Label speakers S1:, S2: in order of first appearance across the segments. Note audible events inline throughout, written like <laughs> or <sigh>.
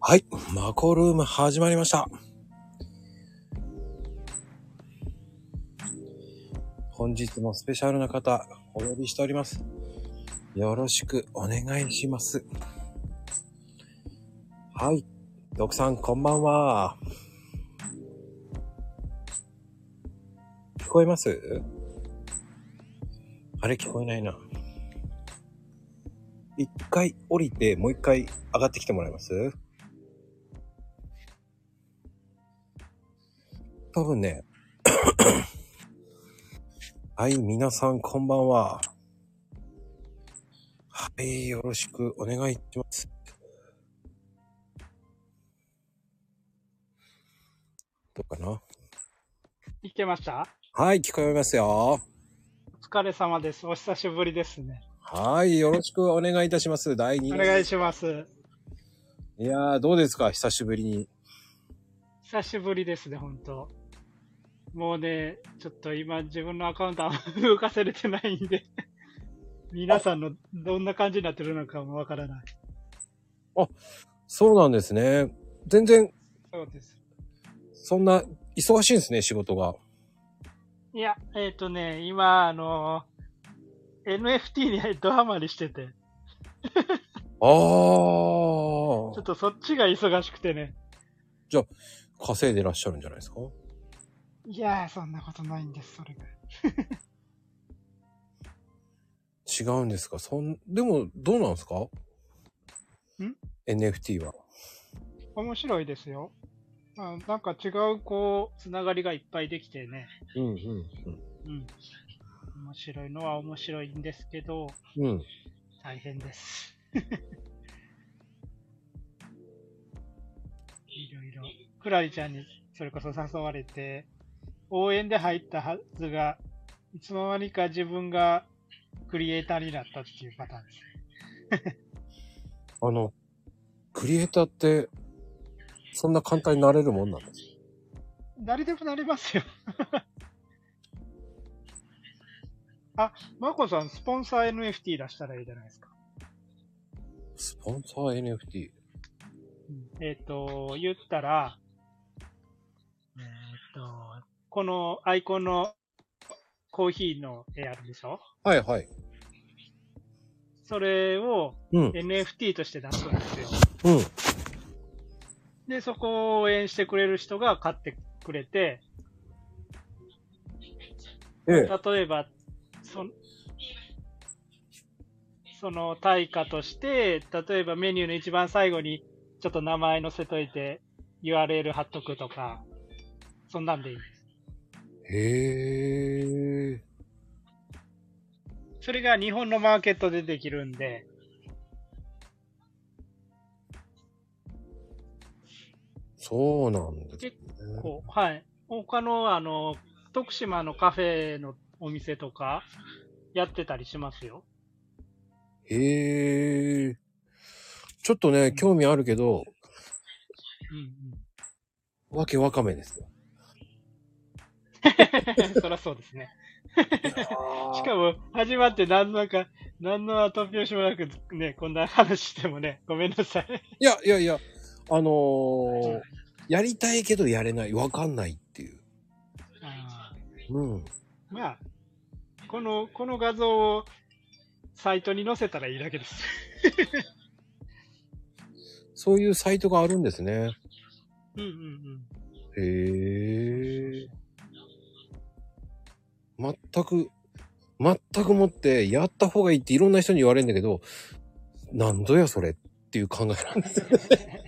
S1: はい。マコルーム始まりました。本日もスペシャルな方、お呼びしております。よろしくお願いします。はい。ドクさん、こんばんは。聞こえますあれ、聞こえないな。一回降りて、もう一回上がってきてもらえます多分ね。 <coughs> はい、皆さんこんばんは。はい、よろしくお願いします。どうかない
S2: けました
S1: はい、聞こえますよ。
S2: お疲れ様です。お久しぶりですね。
S1: はい、よろしくお願いいたします。第2
S2: お願いします。
S1: いやー、どうですか久しぶりに。
S2: 久しぶりですね、本当もうね、ちょっと今自分のアカウントあんまり動かされてないんで <laughs> 皆さんのどんな感じになってるのかもわからない。
S1: あ、そうなんですね。全然。
S2: そうです。
S1: そんな、忙しいんですね、仕事が。
S2: いや、えっ、ー、とね、今、あのー NFT にドハマりしてて
S1: ああ。ちょ
S2: っとそっちが忙しくてね。
S1: じゃあ、稼いでらっしゃるんじゃないですか
S2: いやー、そんなことないんです、それが。
S1: 違うんですかそん、でも、どうなんですかん ?NFT は。
S2: 面白いですよ。あなんか違う、こう、つながりがいっぱいできてね。
S1: うんうん
S2: うん。うん面白いのは面白いんですけど、
S1: うん、
S2: 大変です。 <laughs> いろいろ。クラリちゃんにそれこそ誘われて、応援で入ったはずが、いつの間にか自分がクリエイターになったっていうパターンですね。
S1: あの、クリエイターって、そんな簡単になれるもんなんです
S2: 誰でもなれますよ。 <laughs> あ、マコさん、スポンサー NFT 出したらいいじゃないですか。
S1: スポンサー NFT?
S2: えっ、ー、と、言ったら、えっ、ー、と、このアイコンのコーヒーの絵あるでしょ
S1: はいはい。
S2: それを、
S1: うん、
S2: NFT として出すんですよ。
S1: うん。
S2: で、そこを応援してくれる人が買ってくれて、
S1: え。
S2: え、例えば、そその対価として、例えばメニューの一番最後にちょっと名前載せといて URL 貼っとくとか、そんなんでいいです
S1: へえ。
S2: それが日本のマーケットでできるんで、
S1: そうなんです、ね、
S2: 結構、はい。他の、あの、徳島のカフェのお店とかやってたりしますよ。
S1: へえ。ちょっとね、うん、興味あるけど、
S2: うんうん、
S1: わけわかめですよ。
S2: <laughs> そりゃそうですね。しかも、始まって何なんか、何の突拍子もなくね、こんな話してもね、ごめんなさい。
S1: いやいやいや、あのー、やりたいけどやれない、わかんないっていう。
S2: <laughs> あ
S1: うん。
S2: まあ、この、この画像をサイトに載せたらいいだけです
S1: そういうサイトがあるんですね。
S2: うんうんうん。
S1: へえ。全く、全くもって、やった方がいいっていろんな人に言われるんだけど、なんぞやそれっていう考えなんですよね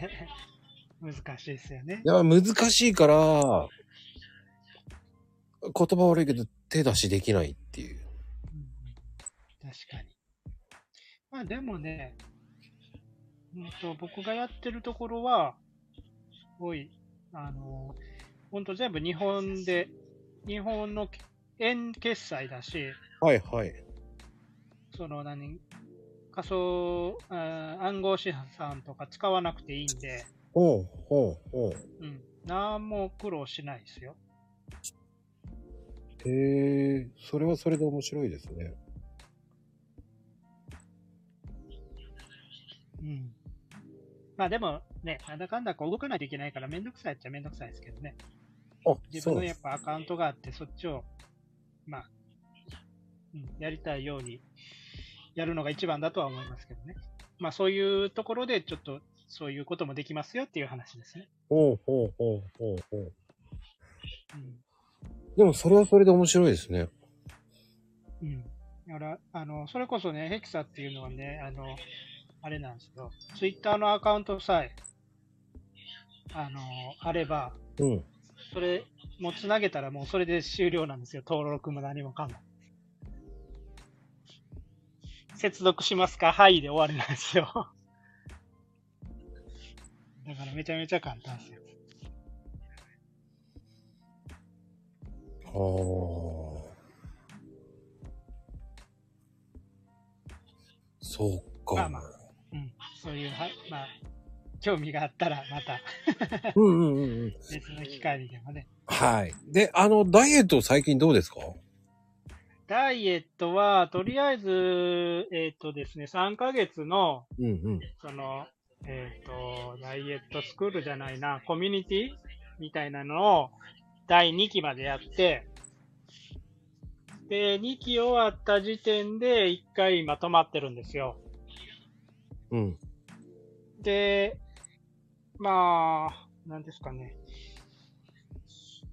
S2: <laughs> 難しいですよね。
S1: <laughs> いや、難しいから、言葉悪いけど、手出しできないっていう。
S2: うん、確かに。まあでもね、うんと、僕がやってるところは、すごい、あの、ほんと全部日本で、日本の円決済だし、
S1: はいはい。
S2: その何、仮想、あ暗号資産とか使わなくていいんで、
S1: ほうほうほ
S2: う。うん。なんも苦労しないですよ。
S1: へえ、それはそれで面白いですね。
S2: うん。まあでもね、なんだかんだこう動かないといけないからめんどくさいっちゃめんどくさいですけどね。
S1: あ、
S2: 自
S1: そ
S2: 分
S1: う
S2: の
S1: で
S2: やっ
S1: す。
S2: ぱアカウントがあって、そっちを、まあ、うん、やりたいようにやるのが一番だとは思いますけどね。まあそういうところでちょっとそういうこともできますよっていう話ですね。
S1: ほうほうほうほうほう。
S2: うん。
S1: でもそれはそれで面白いですね。
S2: うん。だから、あの、それこそね、ヘキサっていうのはね、あの、あれなんですよ。ツイッターのアカウントさえ、あの、あれば、
S1: うん。
S2: それ、もうつなげたらもうそれで終了なんですよ。登録も何もかも。接続しますかはいで終わりなんですよ。だからめちゃめちゃ簡単ですよ。
S1: ああ。そうか。
S2: まあまあうん。そういうは、まあ、興味があったらまた
S1: うんうんうんうん。
S2: 別の機会にでもね。
S1: はい。で、あの、ダイエット最近どうですか
S2: ダイエットは、とりあえず、えっ、とですね、3ヶ月の、
S1: うんうん。
S2: その、えっ、と、ダイエットスクールじゃないな、コミュニティみたいなのを第2期までやって、で、2期終わった時点で1回今止まってるんですよ。
S1: うん。
S2: で、まあ、なんですかね。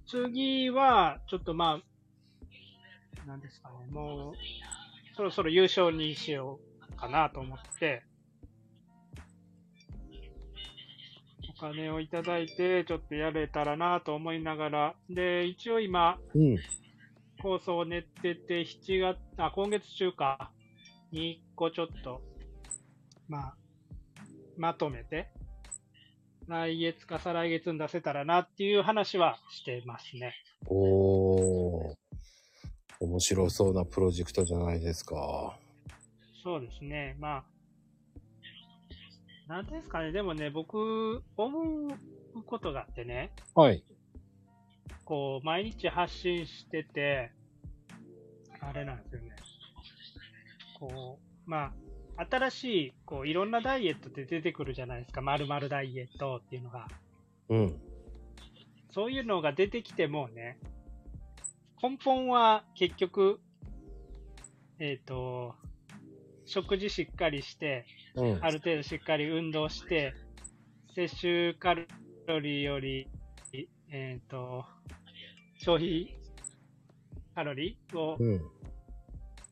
S2: 次は、ちょっとまあ、なんですかね、もう、そろそろ優勝にしようかなと思って、お金をいただいて、ちょっとやれたらなと思いながら、で、一応今、
S1: うん。
S2: 構想を練ってて、7月、あ、今月中か、に1個ちょっと、まあ、まとめて、来月か再来月に出せたらなっていう話はしてますね。
S1: おー。面白そうなプロジェクトじゃないですか。
S2: そうですね。まあ、なんていうんですかね、でもね、僕、思うことがあってね、
S1: はい。
S2: こう、毎日発信してて、あれなんですよね。こう、まあ、新しい、こう、いろんなダイエットって出てくるじゃないですか。まるまるダイエットっていうのが。
S1: うん。
S2: そういうのが出てきてもね、根本は結局、えっ、と、食事しっかりして、
S1: うん。
S2: ある程度しっかり運動して、摂取カロリーより、えっ、と、消費カロリーを
S1: うん。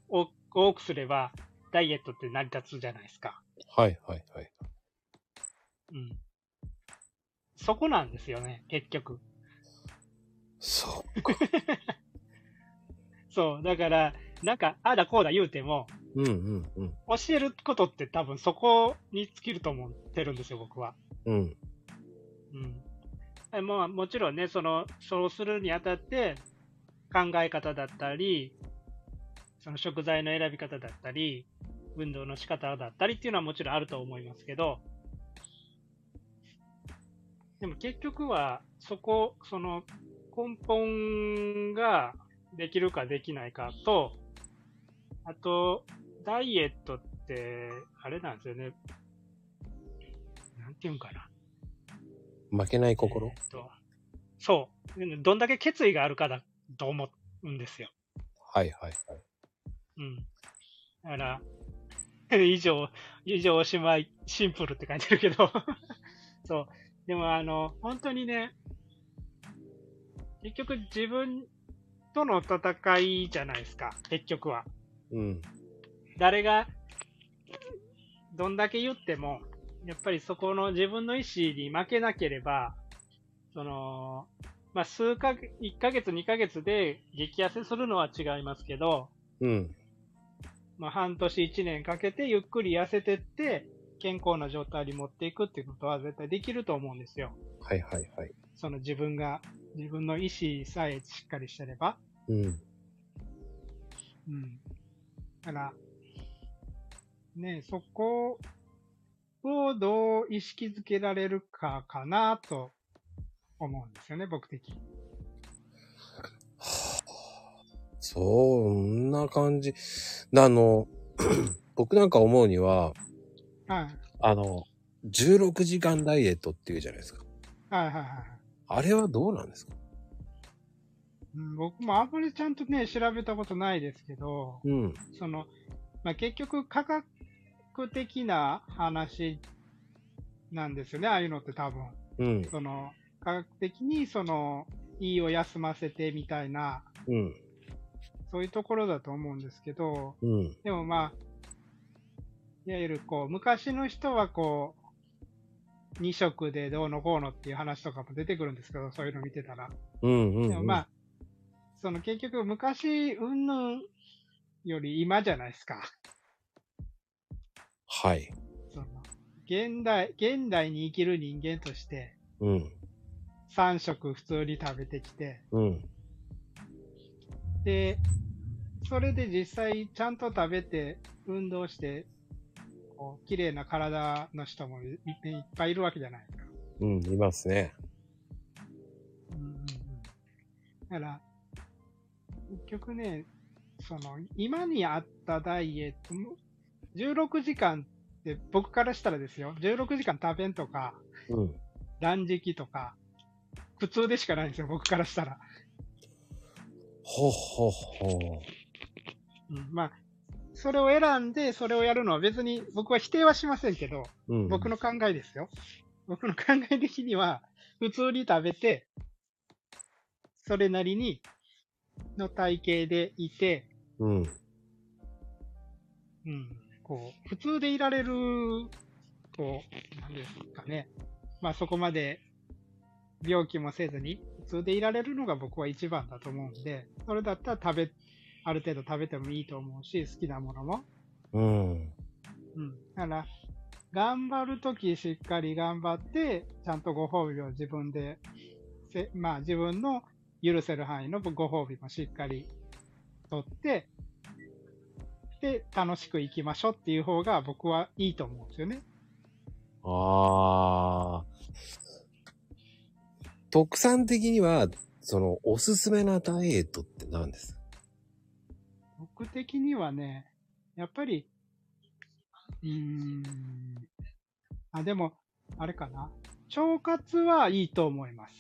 S2: 多多くすれば、ダイエットって成り立つじゃないですか。
S1: はいはいはい。
S2: うん。そこなんですよね、結局。
S1: そ
S2: そう、だから、なんか、あだこうだ言うても、
S1: う。うんうんうん。
S2: 教えることって多分そこに尽きると思ってるんですよ、僕は。
S1: うん。
S2: うんえ。まあ、もちろんね、その、そうするにあたって、考え方だったり、その食材の選び方だったり、運動の仕方だったりっていうのはもちろんあると思いますけど、でも結局は、そこ、その、根本ができるかできないかと、あと、ダイエットって、あれなんですよね。なんていうんかな。
S1: 負けない心
S2: えーっとそう。どんだけ決意があるかだと思うんですよ。
S1: はいはいはい。
S2: うん。だから、 <laughs> 以上、以上おしまい、シンプルって書いてるけど。 <laughs> そう。でもあの、本当にね、結局自分との戦いじゃないですか。結局は。
S1: うん。
S2: 誰が、どんだけ言っても、やっぱりそこの自分の意思に負けなければ、その、まあ、数ヶ月、1ヶ月、2ヶ月で激痩せするのは違いますけど、
S1: うん。
S2: まあ、半年、1年かけてゆっくり痩せてって、健康な状態に持っていくっていうことは絶対できると思うんですよ。
S1: はいはいはい。
S2: その自分が、自分の意思さえしっかりしてれば。
S1: うん。
S2: うん。だから、ねそこをどう意識づけられるかかなと思うんですよね、僕的に。
S1: そんな感じ。 <clears throat> あの、僕なんか思うには、
S2: はい。
S1: あの、 16時間ダイエットっていうじゃないですか。
S2: はいはいはいはい。
S1: あれはどうなんですか
S2: うん僕もあんまりちゃんとね、調べたことないですけど、
S1: うん。
S2: その、まあ、結局科学的な話なんですよね、ああいうのって多分。
S1: うん。
S2: その、科学的にその、胃を休ませてみたいな、
S1: うん。
S2: そういうところだと思うんですけど、
S1: うん。
S2: でもまあ、いわゆるこう、昔の人はこう、2食でどうのこうのっていう話とかも出てくるんですけど、そういうの見てたら。
S1: うん。うん。
S2: でもまあ、その結局昔、うんぬんより今じゃないですか。
S1: はい。
S2: その、現代、現代に生きる人間として、
S1: うん。
S2: 3食普通に食べてきて、
S1: うん。
S2: で、それで実際ちゃんと食べて、運動して、こう、綺麗な体の人もいいいっぱいいるわけじゃないですか。
S1: うん。いますね。
S2: うんうんうん。だから、結局ね、その、今にあったダイエットも、16時間って僕からしたらですよ、16時間食べんとか、
S1: うん。
S2: 断食とか、苦痛でしかないんですよ、僕からしたら。
S1: ほほほ。
S2: うん、まあ、それを選んで、それをやるのは別に僕は否定はしませんけど、
S1: うん。
S2: 僕の考えですよ。僕の考え的には、普通に食べて、それなりに、の体型でいて、
S1: うん。
S2: うん、こう、普通でいられる、こう、なんですかね。まあそこまで、病気もせずに、普通でいられるのが僕は一番だと思うんで、それだったら食べ、ある程度食べてもいいと思うし、好きなものも
S1: うん。
S2: うん。だから、頑張るときしっかり頑張って、ちゃんとご褒美を自分で、せまあ自分の許せる範囲のご褒美もしっかりとって、で、楽しく生きましょうっていう方が僕はいいと思うんですよね。
S1: ああ。特産的には、その、おすすめなダイエットって何です
S2: 僕的にはね、やっぱり、うーん。あ、でも、あれかな。腸活はいいと思います。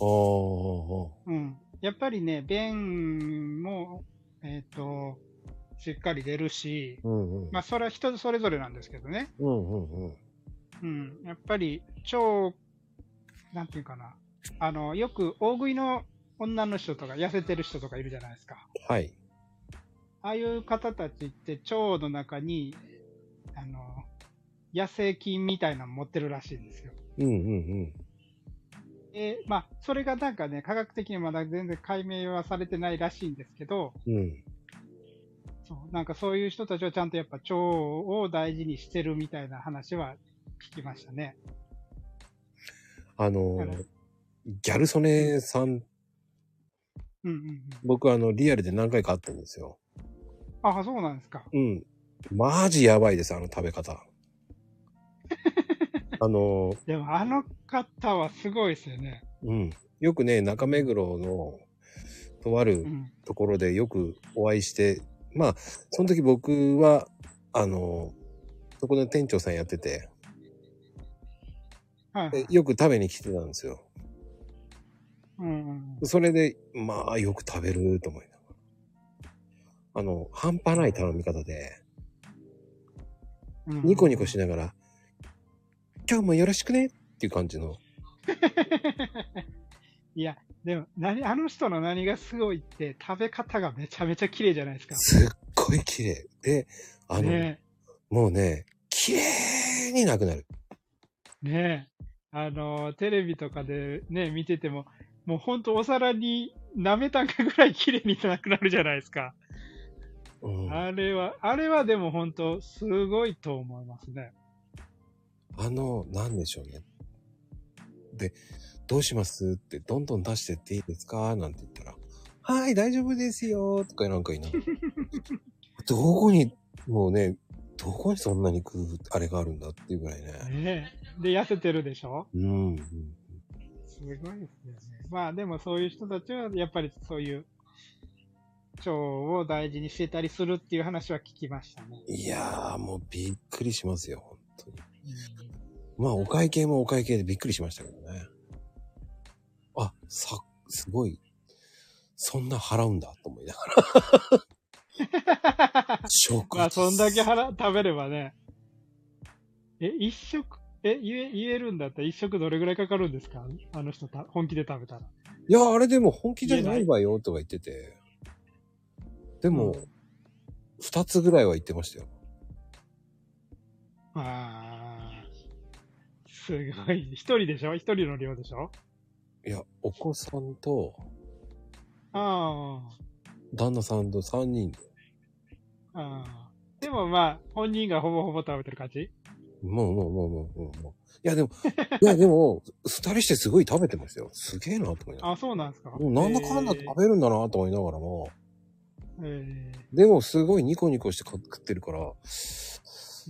S1: おお
S2: うん。やっぱりね、便も、えっ、と、しっかり出るし、
S1: うんうん。
S2: まあ、それは人それぞれなんですけどね。
S1: うんうんうん。
S2: うん。やっぱり、腸、なんていうかな。あの、よく大食いの女の人とか痩せてる人とかいるじゃないですか。
S1: はい。
S2: ああいう方たちって腸の中に、あの、野生菌みたいなの持ってるらしいんですよ。
S1: うんうん
S2: えまあ、それがなんかね、科学的にまだ全然解明はされてないらしいんですけど、
S1: うん。うん。
S2: そう、なんかそういう人たちはちゃんとやっぱ腸を大事にしてるみたいな話は聞きましたね。
S1: あの
S2: あの
S1: ー、ギャル曽根さん、
S2: うんうんうん。
S1: 僕あの、リアルで何回か会ったんですよ。
S2: あ、そうなんですか。
S1: うん。マジやばいです、あの食べ
S2: <laughs>
S1: 方。あのー、
S2: でもあの方はすごいですよね。
S1: うん。よくね、中目黒の、とある
S2: うん。
S1: ところでよくお会いして、まあ、その時僕は、あの、そこの店長さんやってて、
S2: はいは
S1: で。
S2: い
S1: よく食べに来てたんですよ。
S2: うんうん
S1: それで、まあ、よく食べると思いながら。あの、半端ない頼み方で、
S2: うん。
S1: ニコニコし
S2: ない。
S1: ながら、今日もよろしくねっていう感じの。
S2: <laughs> いや、でも、何、あの人の何がすごいって、食べ方がめちゃめちゃ綺麗じゃないですか。
S1: すっごい綺麗。で、あの、
S2: ね
S1: もうね、綺麗になくなる。
S2: え、ねえ。あの、テレビとかでね、見てても、もうほんとお皿に舐めたんかぐらい綺麗になくなるじゃないですか。
S1: うん、あ
S2: あれは、あれはでも本当すごいと思いますね。
S1: の、なんでしょうね。で、どうしますって、どんどん出してっていいですかなんて言ったら、はい、大丈夫ですよとかなんか言いながら。どこに、もうね、どこにそんなに食う、あれがあるんだっていうぐらいね。
S2: ねえで、痩せてるでしょ
S1: うん。
S2: すごいですよね。まあでもそういう人たちは、やっぱりそういう、腸を大事にしてたりするっていう話は聞きましたね。
S1: いやー、もうびっくりしますよ、本当に。まあ、お会計もお会計でびっくりしましたけどね。あ、さ、すごい。そんな払うんだと思いながら。食
S2: <laughs> まあ、そんだけ腹食べればね。え、一食、え、言え、言えるんだったら一食どれぐらいかかるんですかあの人た、本気で食べたら。
S1: いや、あれでも本気じゃないわよとか言ってて。でも
S2: うん、
S1: 二つぐらいは言ってましたよ。
S2: ああ。すごい。一人でしょ一人の量でしょ
S1: いや、お子さんと
S2: あ
S1: 旦那さんと三人で。
S2: あ。ああ。でもまあ、本人がほぼほぼ食べてる感じ
S1: もうもうもうもうもうもう。い
S2: <laughs>
S1: やでも、いやでも、二人してすごい食べてますよ。すげえなと思いながら。
S2: あ、そうなんですか。
S1: もうなんだかんだ食べるんだなと思いながらも。
S2: えーえ
S1: でもすごいニコニコして食ってるから、
S2: ーうん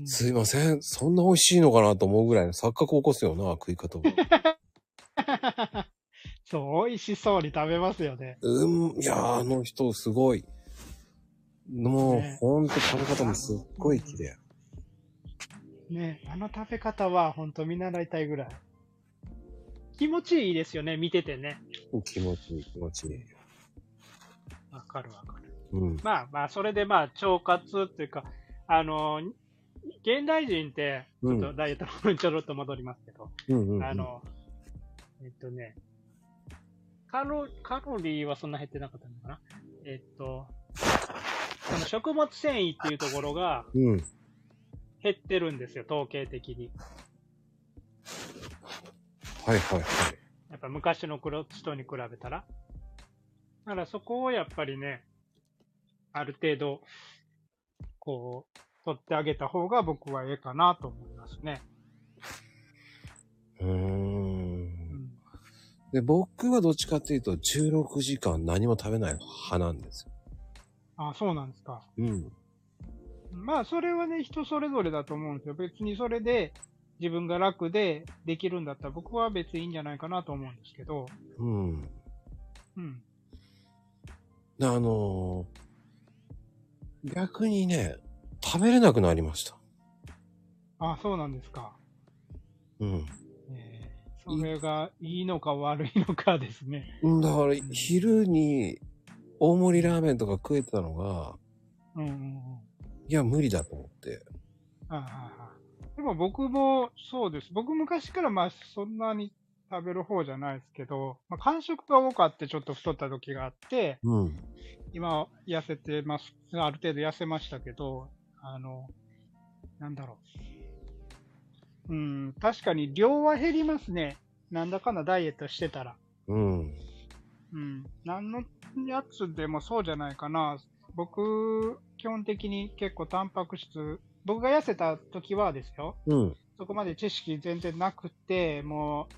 S1: すいません、そんな美味しいのかなと思うぐらいの錯覚を起こすような食い方が。
S2: そう、美味しそうに食べますよね。
S1: うん、いやー、あの人すごい。もう
S2: ね、
S1: ほんと食べ方もすっごい綺麗。
S2: ねあの食べ方は本当見習いたいぐらい。気持ちいいですよね、見ててね。
S1: 気持ちいい、気持ちいい。
S2: わかるわかる。
S1: うん。
S2: まあまあ、それでまあ、腸活っていうか、あの、現代人って、ちょっ
S1: う
S2: とダイエットの方にちょろっと戻りますけど、
S1: うんうん、うん。
S2: あの、えっとね、カロ、カロリーはそんな減ってなかったのかなえっと、その食物繊維っていうところが
S1: うん。
S2: 減ってるんですよ、統計的に。
S1: はいはいはい。
S2: やっぱ昔の黒人に比べたら。だからそこをやっぱりね、ある程度、こう、取ってあげた方が僕はええかなと思いますね。
S1: うー。
S2: うんん、
S1: で、僕はどっちかっていうと、16時間何も食べない派なんですよ。
S2: あ、そうなんですか。
S1: うん。
S2: まあ、それはね、人それぞれだと思うんですよ。別にそれで、自分が楽でできるんだったら僕は別にいいんじゃないかなと思うんですけど、
S1: うん。
S2: うん。
S1: で、あのー逆にね、食べれなくなりました。
S2: あ、そうなんですか。
S1: うん。
S2: えーそれがいいのか悪いのかですね。
S1: うんだから、昼に大盛りラーメンとか食えてたのが、
S2: うんうんうん。
S1: いや、無理だと思って。
S2: はいはいはい。でも僕もそうです。僕昔からまあそんなに食べる方じゃないですけど、まあ、間食が多かってちょっと太った時があって、
S1: うん。
S2: 今痩せてます。ある程度痩せましたけど、あの、なんだろう。うん、確かに量は減りますね。なんだかんだダイエットしてたら。
S1: うん。
S2: うん。何のやつでもそうじゃないかな。僕、基本的に結構タンパク質、僕が痩せた時はですよ。
S1: うん。
S2: そこまで知識全然なくて、も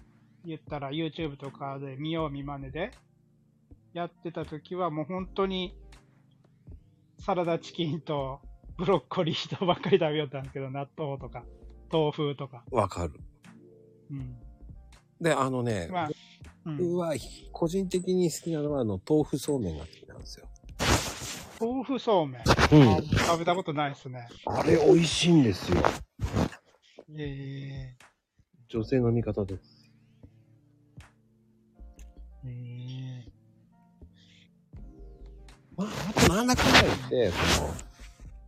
S2: う、言ったら YouTube とかで見よう見まねで、やってた時はもう本当に、サラダチキンとブロッコリーとばっかり食べよったんですけど、納豆とか、豆腐とか。
S1: わかる。
S2: うん。
S1: で、あのね、
S2: まあ、うん
S1: 僕、は個人的に好きなのは、あの、豆腐そうめんが好きなんですよ。
S2: 豆腐そうめん。あ。食べたことないですね。
S1: あれ、美味しいんですよ。
S2: え
S1: 女性の味方です。
S2: ー、え
S1: まあ、あとなんだかんだ言って、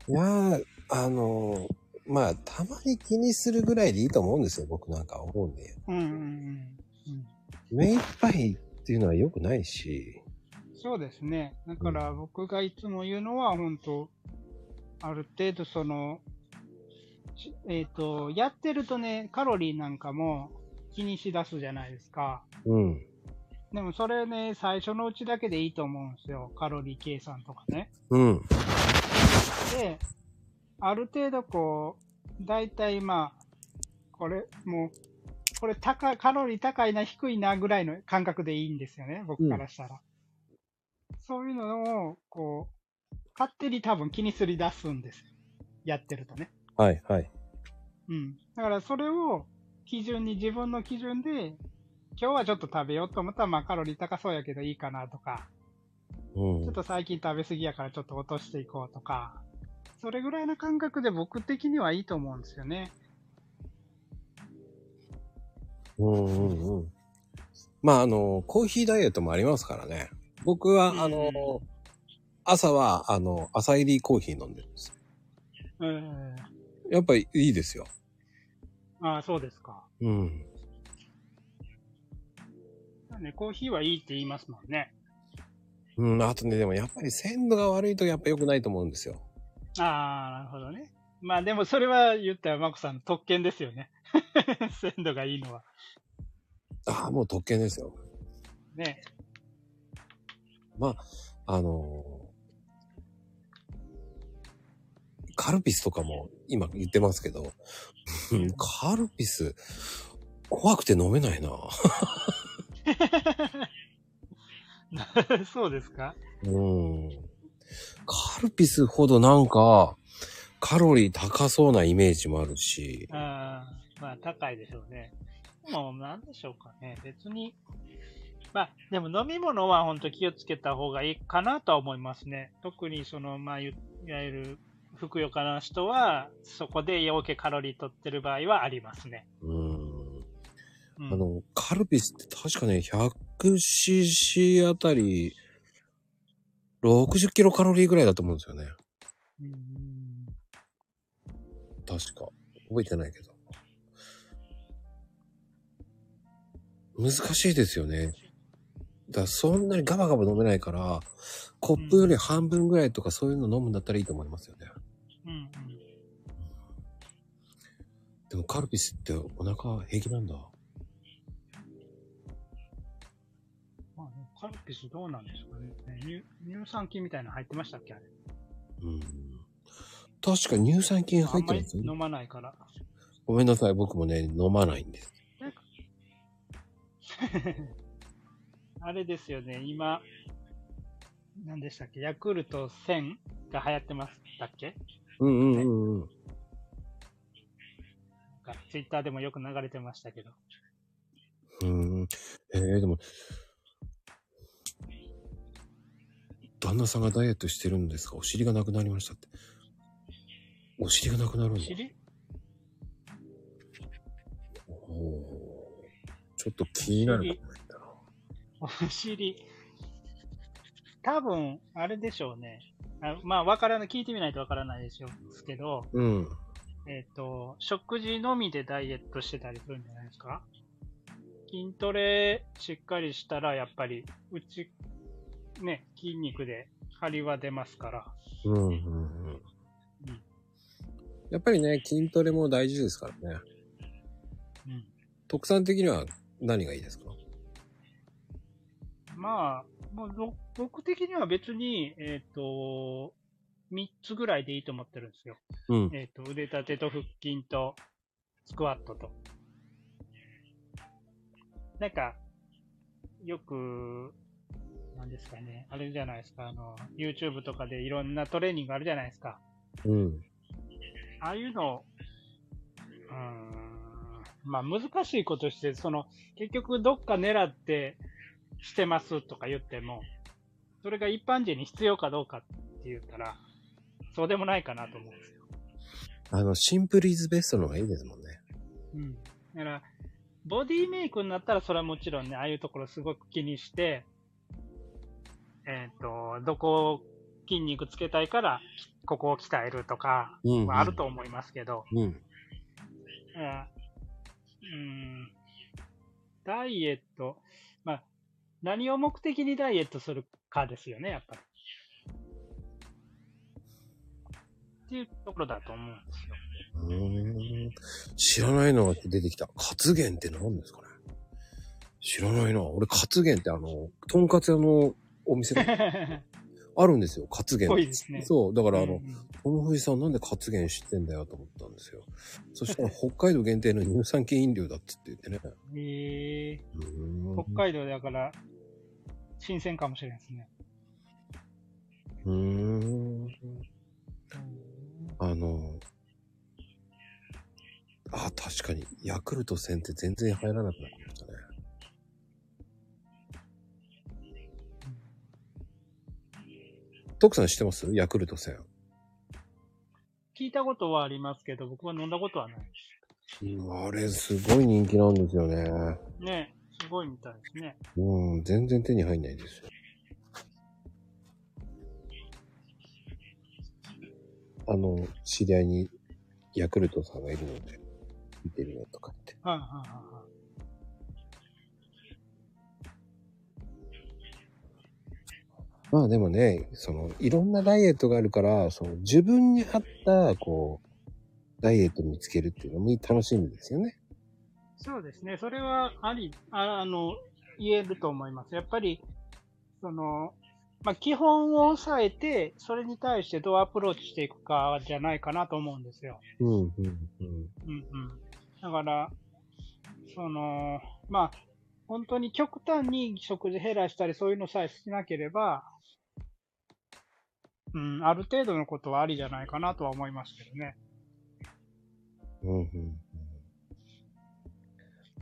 S1: その、いやー、あのーまあ、たまに気にするぐらいでいいと思うんですよ、僕なんか思うんで。
S2: ー、うんうんうん。うん
S1: 目いっぱいっていうのは良くないし、
S2: そうですね。だから僕がいつも言うのは、本当ある程度その、しえっ、と、やってるとね、カロリーなんかも気にしだすじゃないですか。
S1: うん。
S2: でもそれね、最初のうちだけでいいと思うんですよ。カロリー計算とかね。
S1: うん。
S2: で、ある程度こう、だいたいまあ、これ、もう、これ高い、カロリー高いな、低いなぐらいの感覚でいいんですよね、僕からしたら。そういうのを、こう、勝手に多分気にすり出すんですよ。やってるとね。
S1: はい、はい。
S2: うん。だからそれを基準に、自分の基準で、今日はちょっと食べようと思ったら、まあカロリー高そうやけどいいかなとか、
S1: うん。
S2: ちょっと最近食べ過ぎやからちょっと落としていこうとか、それぐらいの感覚で僕的にはいいと思うんですよね。
S1: うんうんうん。まあ、あの、コーヒーダイエットもありますからね。僕は、あの、朝は、あの、朝入りコーヒー飲んでるんです。
S2: うん。
S1: やっぱりいいですよ。
S2: ああ、そうですか。
S1: うん。
S2: ね、コーヒーはいいって言いますもんね。
S1: うん、あとね、でもやっぱり鮮度が悪いとやっぱ良くないと思うんですよ。
S2: ああ、なるほどね。まあでもそれは言ったらマコさんの特権ですよね。 <laughs> 鮮度がいいのは。
S1: ああ、もう特権ですよ。
S2: ね。 <laughs>
S1: あのーカルピスとかも今言ってますけど、うんカルピス、怖くて飲めないな。
S2: そうですか
S1: うん。カルピスほどなんか、カロリー高そうなイメージもあるし、
S2: ああ、まあ高いでしょうね。でもなんでしょうかね。別に。まあでも飲み物は本当気をつけた方がいいかなとは思いますね。特にその、まあ、いわゆる、ふくよかな人は、そこで余計カロリー取ってる場合はありますね。
S1: うん。
S2: うん、
S1: あの、カルピスって確かね、100cc あたり、60キロカロリーぐらいだと思うんですよね。
S2: うん
S1: 確か。覚えてないけど。難しいですよね。だからそんなにガバガバ飲めないから、コップより半分ぐらいとかそういうの飲むんだったらいいと思いますよね。
S2: うんうん、
S1: でもカルピスってお腹平気なんだ。
S2: まあね、カルピスどうなんですかね乳。乳酸菌みたいなの入ってましたっけあれ。
S1: うん。確か乳酸菌
S2: あ
S1: 入
S2: ん
S1: って
S2: ま
S1: るん
S2: り
S1: ですよね。
S2: 飲まないから。
S1: ごめんなさい、僕もね、飲まないんです。
S2: あれですよね、今、何でしたっけ、ヤクルト1000が流行ってましたっけ
S1: うんうんうんうん。
S2: なんかツイッターでもよく流れてましたけど。
S1: うん。えー、でも、旦那さんがダイエットしてるんですかお尻がなくなりましたって。お尻がなくなるんだ。
S2: 尻
S1: おーちょっと気になるな。
S2: お尻。多分、あれでしょうね。あまあ、わからない、聞いてみないとわからないでしょうけど、
S1: うん。
S2: えっ、と、食事のみでダイエットしてたりするんじゃないですか筋トレしっかりしたら、やっぱり、うち、ね、筋肉で張りは出ますから。
S1: うんうんうん。やっぱりね、筋トレも大事ですからね。
S2: うん。
S1: 特産的には何がいいですか
S2: まあ、もうぼ僕的には別に、えっ、と、3つぐらいでいいと思ってるんですよ。
S1: うん。
S2: えっ、と、腕立てと腹筋と、スクワットと。なんか、よく、なんですかね、あれじゃないですか、あの、YouTube とかでいろんなトレーニングあるじゃないですか。
S1: うん。
S2: ああいうの、うーん、まあ難しいことして、その、結局どっか狙ってしてますとか言っても、それが一般人に必要かどうかって言ったら、そうでもないかなと思うんですよ。
S1: あの、シンプルイズベストの方がいいですもんね。
S2: うん。だから、ボディメイクになったらそれはもちろんね、ああいうところすごく気にして、えっ、と、どこを筋肉つけたいから、ここを鍛えるとか、
S1: うん、
S2: はあると思いますけど、
S1: うん。
S2: あうん、ダイエット、まあ、何を目的にダイエットするかですよね、やっぱり。っていうところだと思うんですよ。
S1: うーん知らないのが出てきた。活源って何ですかね知らないな。俺、活源ってあの、とんかつ屋のお店
S2: <laughs>
S1: あるんですよ、活源。
S2: 多いですね
S1: そう。だからあ
S2: う
S1: の、
S2: ん
S1: この富士さんなんで活源知ってんだよと思ったんですよ。そしたら北海道限定の乳酸菌飲料だって言ってね。
S2: ええ
S1: うーん
S2: 北海道だから、新鮮かもしれないですね。
S1: うーん。あの、あ、確かに、ヤクルト1000って全然入らなくなりましたね。徳さん知ってますヤクルト1000。
S2: 聞いたことはありますけど、僕は飲んだことはないです。
S1: あれ、すごい人気なんですよね。
S2: ねすごいみたいですね。
S1: うん、全然手に入んないですよ。あの、知り合いにヤクルトさんがいるので、見てみようとかって。
S2: はいはいはいはい。
S1: まあでもね、その、いろんなダイエットがあるから、その、自分に合った、こう、ダイエット見つけるっていうのも楽しみですよね。
S2: そうですね、それはあり、ああの、言えると思います。やっぱり、その、まあ、基本を抑えて、それに対してどうアプローチしていくかじゃないかなと思うんですよ。
S1: うん、うん、うん。
S2: うんうん。だから、その、まあ、本当に極端に食事減らしたり、そういうのさえしなければ、うん、ある程度のことはありじゃないかなとは思いますけどね。
S1: うんうんうん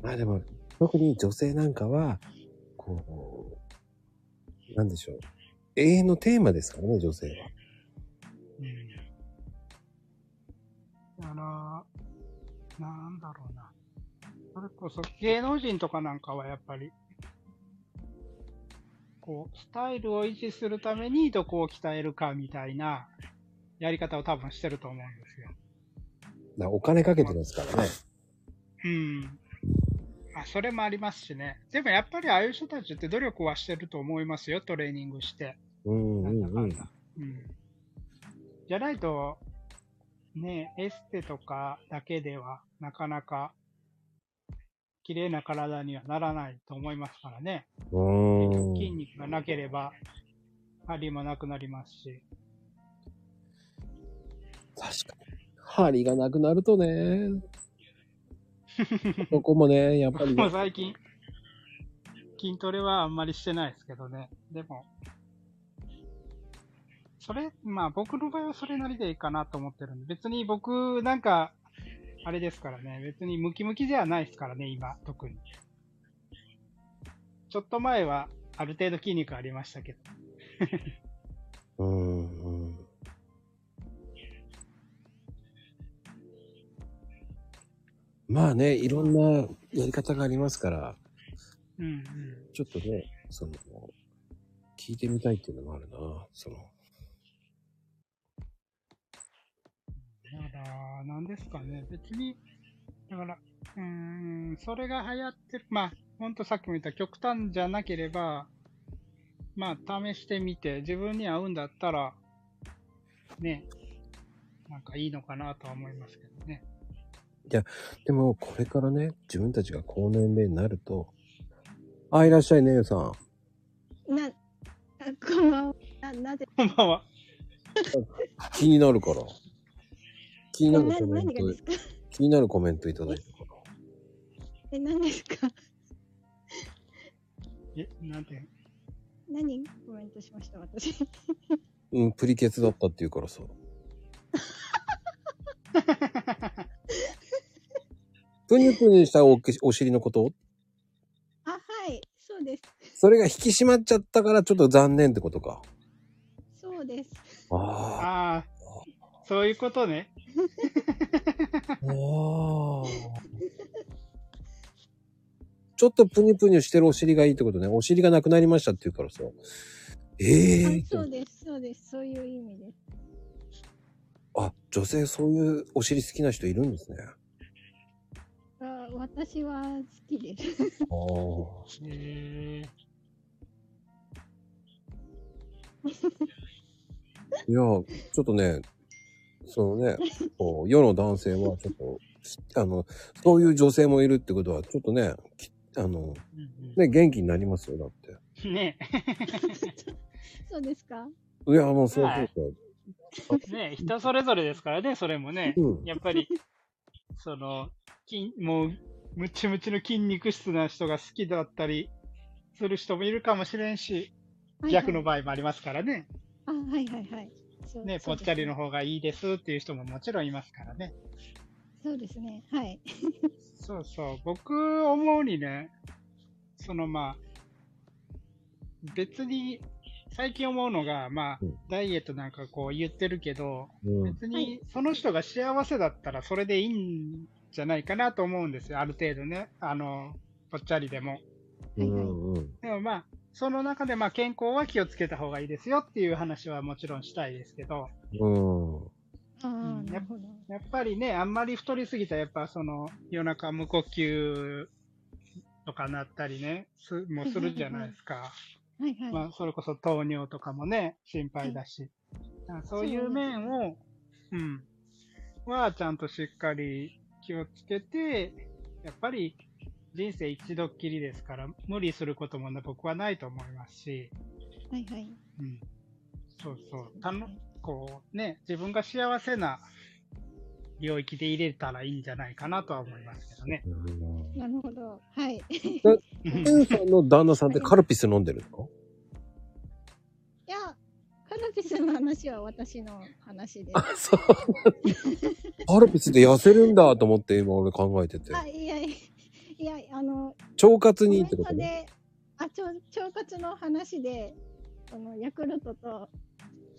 S1: まあでも、特に女性なんかは、こう、なんでしょう。永遠のテーマですからね、女性は。
S2: だから、なんだろうな。それこそ芸能人とかなんかはやっぱり、こう、スタイルを維持するためにどこを鍛えるかみたいなやり方を多分してると思うんですよ。
S1: なお金かけてますからね。
S2: うん。あ、それもありますしね。でもやっぱりああいう人たちって努力はしてると思いますよ、トレーニングして。
S1: うんう
S2: なんだ
S1: ん
S2: か
S1: うんん。
S2: だ。うん。じゃないと、ねエステとかだけでは、なかなか、綺麗な体にはならないと思いますからね。
S1: う
S2: 筋
S1: ーん。
S2: 肉がなければ、針もなくなりますし。
S1: 確かに。針がなくなるとね。そこもね、やっぱり、
S2: もう最近、筋トレはあんまりしてないですけどね。でも、それ、まあ僕の場合はそれなりでいいかなと思ってるんで、別に僕なんか、あれですからね、別にムキムキではないですからね、今、特に。ちょっと前は、ある程度筋肉ありましたけど。
S1: うんうん。まあね、いろんなやり方がありますから、
S2: うんうん。
S1: ちょっとね、その、聞いてみたいっていうのもあるな。その、
S2: だから、なんですかね、別に、だから、うーん、それが流行ってる、まあ、ほんとさっきも言った極端じゃなければ、まあ、試してみて、自分に合うんだったら、ね、なんかいいのかなとは思いますけどね。 <laughs>
S1: でもこれからね、自分たちが高年齢になると、あ、いらっしゃいねゆさん。
S3: な、あこんばんは。な、なぜ、
S2: こんばんは。
S1: 気になるから。気にな
S3: な、
S1: るコメン
S3: 何が
S1: ト
S3: です、か
S1: 気になるコメントいただいたから。
S3: え、何ですか
S2: え、なんて、
S3: 何コメントしました、私。
S1: うん、プリケツだったっていうから
S3: <laughs>
S1: さ。ぷにゅぷにゅしたおけお尻のこと
S3: あ、はい。そうです。
S1: それが引き締まっちゃったからちょっと残念ってことか。
S3: そうです。
S1: ああ。
S2: ああ、そういうことね。
S1: おーちょっとぷにゅぷにゅしてるお尻がいいってことね。お尻がなくなりましたっていうからさ。ええ
S3: あ
S1: ー。
S3: そうです。そうです。そういう意味です。
S1: あ、女性そういうお尻好きな人いるんです
S3: <laughs>
S1: ね。
S3: あ、私は好きです。
S1: ああ。
S2: へえ
S1: いや、ちょっとね、そのね、こう世の男性はちょっと、しあの、そういう女性もいるってことは、ちょっとね、きあの、
S2: うん
S1: ね、元気になりますよ、だって。
S2: うん。ね、
S3: そうですか
S1: いや、もうそうそうそう。
S2: ね、人それぞれですからね、それもね。
S1: うん。
S2: やっぱり、 <laughs> その、筋もう、ムチムチの筋肉質な人が好きだったりする人もいるかもしれんし、逆の
S3: 場合。
S2: 場合もありますからね。
S3: あ、はいはいはい。そう
S2: ね、
S3: そ
S2: ぽ
S3: う
S2: っ
S3: です
S2: ちゃりの方がいいですっていう人ももちろんいますからね。
S3: そうですね。はい。
S2: そうそう。僕、思うにね、そのまあ、別に、最近思うのが、まあ
S1: うん、
S2: ダイエットなんかこう言ってるけど、
S1: うん。
S2: 別
S3: は
S2: に
S3: い
S2: その人が幸せだったらそれでいいんじゃないかなと思うんですよ。ある程度ね。あの、ぽっちゃりでも。
S3: はいはい
S1: うんうん。
S2: でもまあ、その中でまあ健康は気をつけた方がいいですよっていう話はもちろんしたいですけど、
S1: うん。
S3: あ
S2: うん
S3: あ、なるほど。
S2: やっぱりね、あんまり太りすぎたらやっぱその夜中無呼吸とかなったりね、すもするじゃないですか。
S3: はいはい。
S2: まあ、それこそ糖尿とかもね、心配だし。だからそういう面を、うん、はちゃんとしっかり気をつけて、やっぱり人生一度っきりですから、無理することもね僕はないと思いますし、
S3: はいはい。
S2: うん。そうそう。たの、こうね、自分が幸せな領域で入れたらいいんじゃないかなとは思いますけどね。
S3: なるほど。はい。い
S1: ペンさんの旦那さんってカルピス飲んでるの
S3: や、カルピスの話は私の話です。
S1: そう。 <laughs> カルピスで痩せるんだと思って今俺考えてて。
S3: あ、いやいや、いや、あの、
S1: 腸活
S3: コ
S1: にい
S3: メ
S1: い
S3: ン
S1: ってこ
S3: ト
S1: とね。
S3: で、あ、腸腸活の話で、そのヤクルトと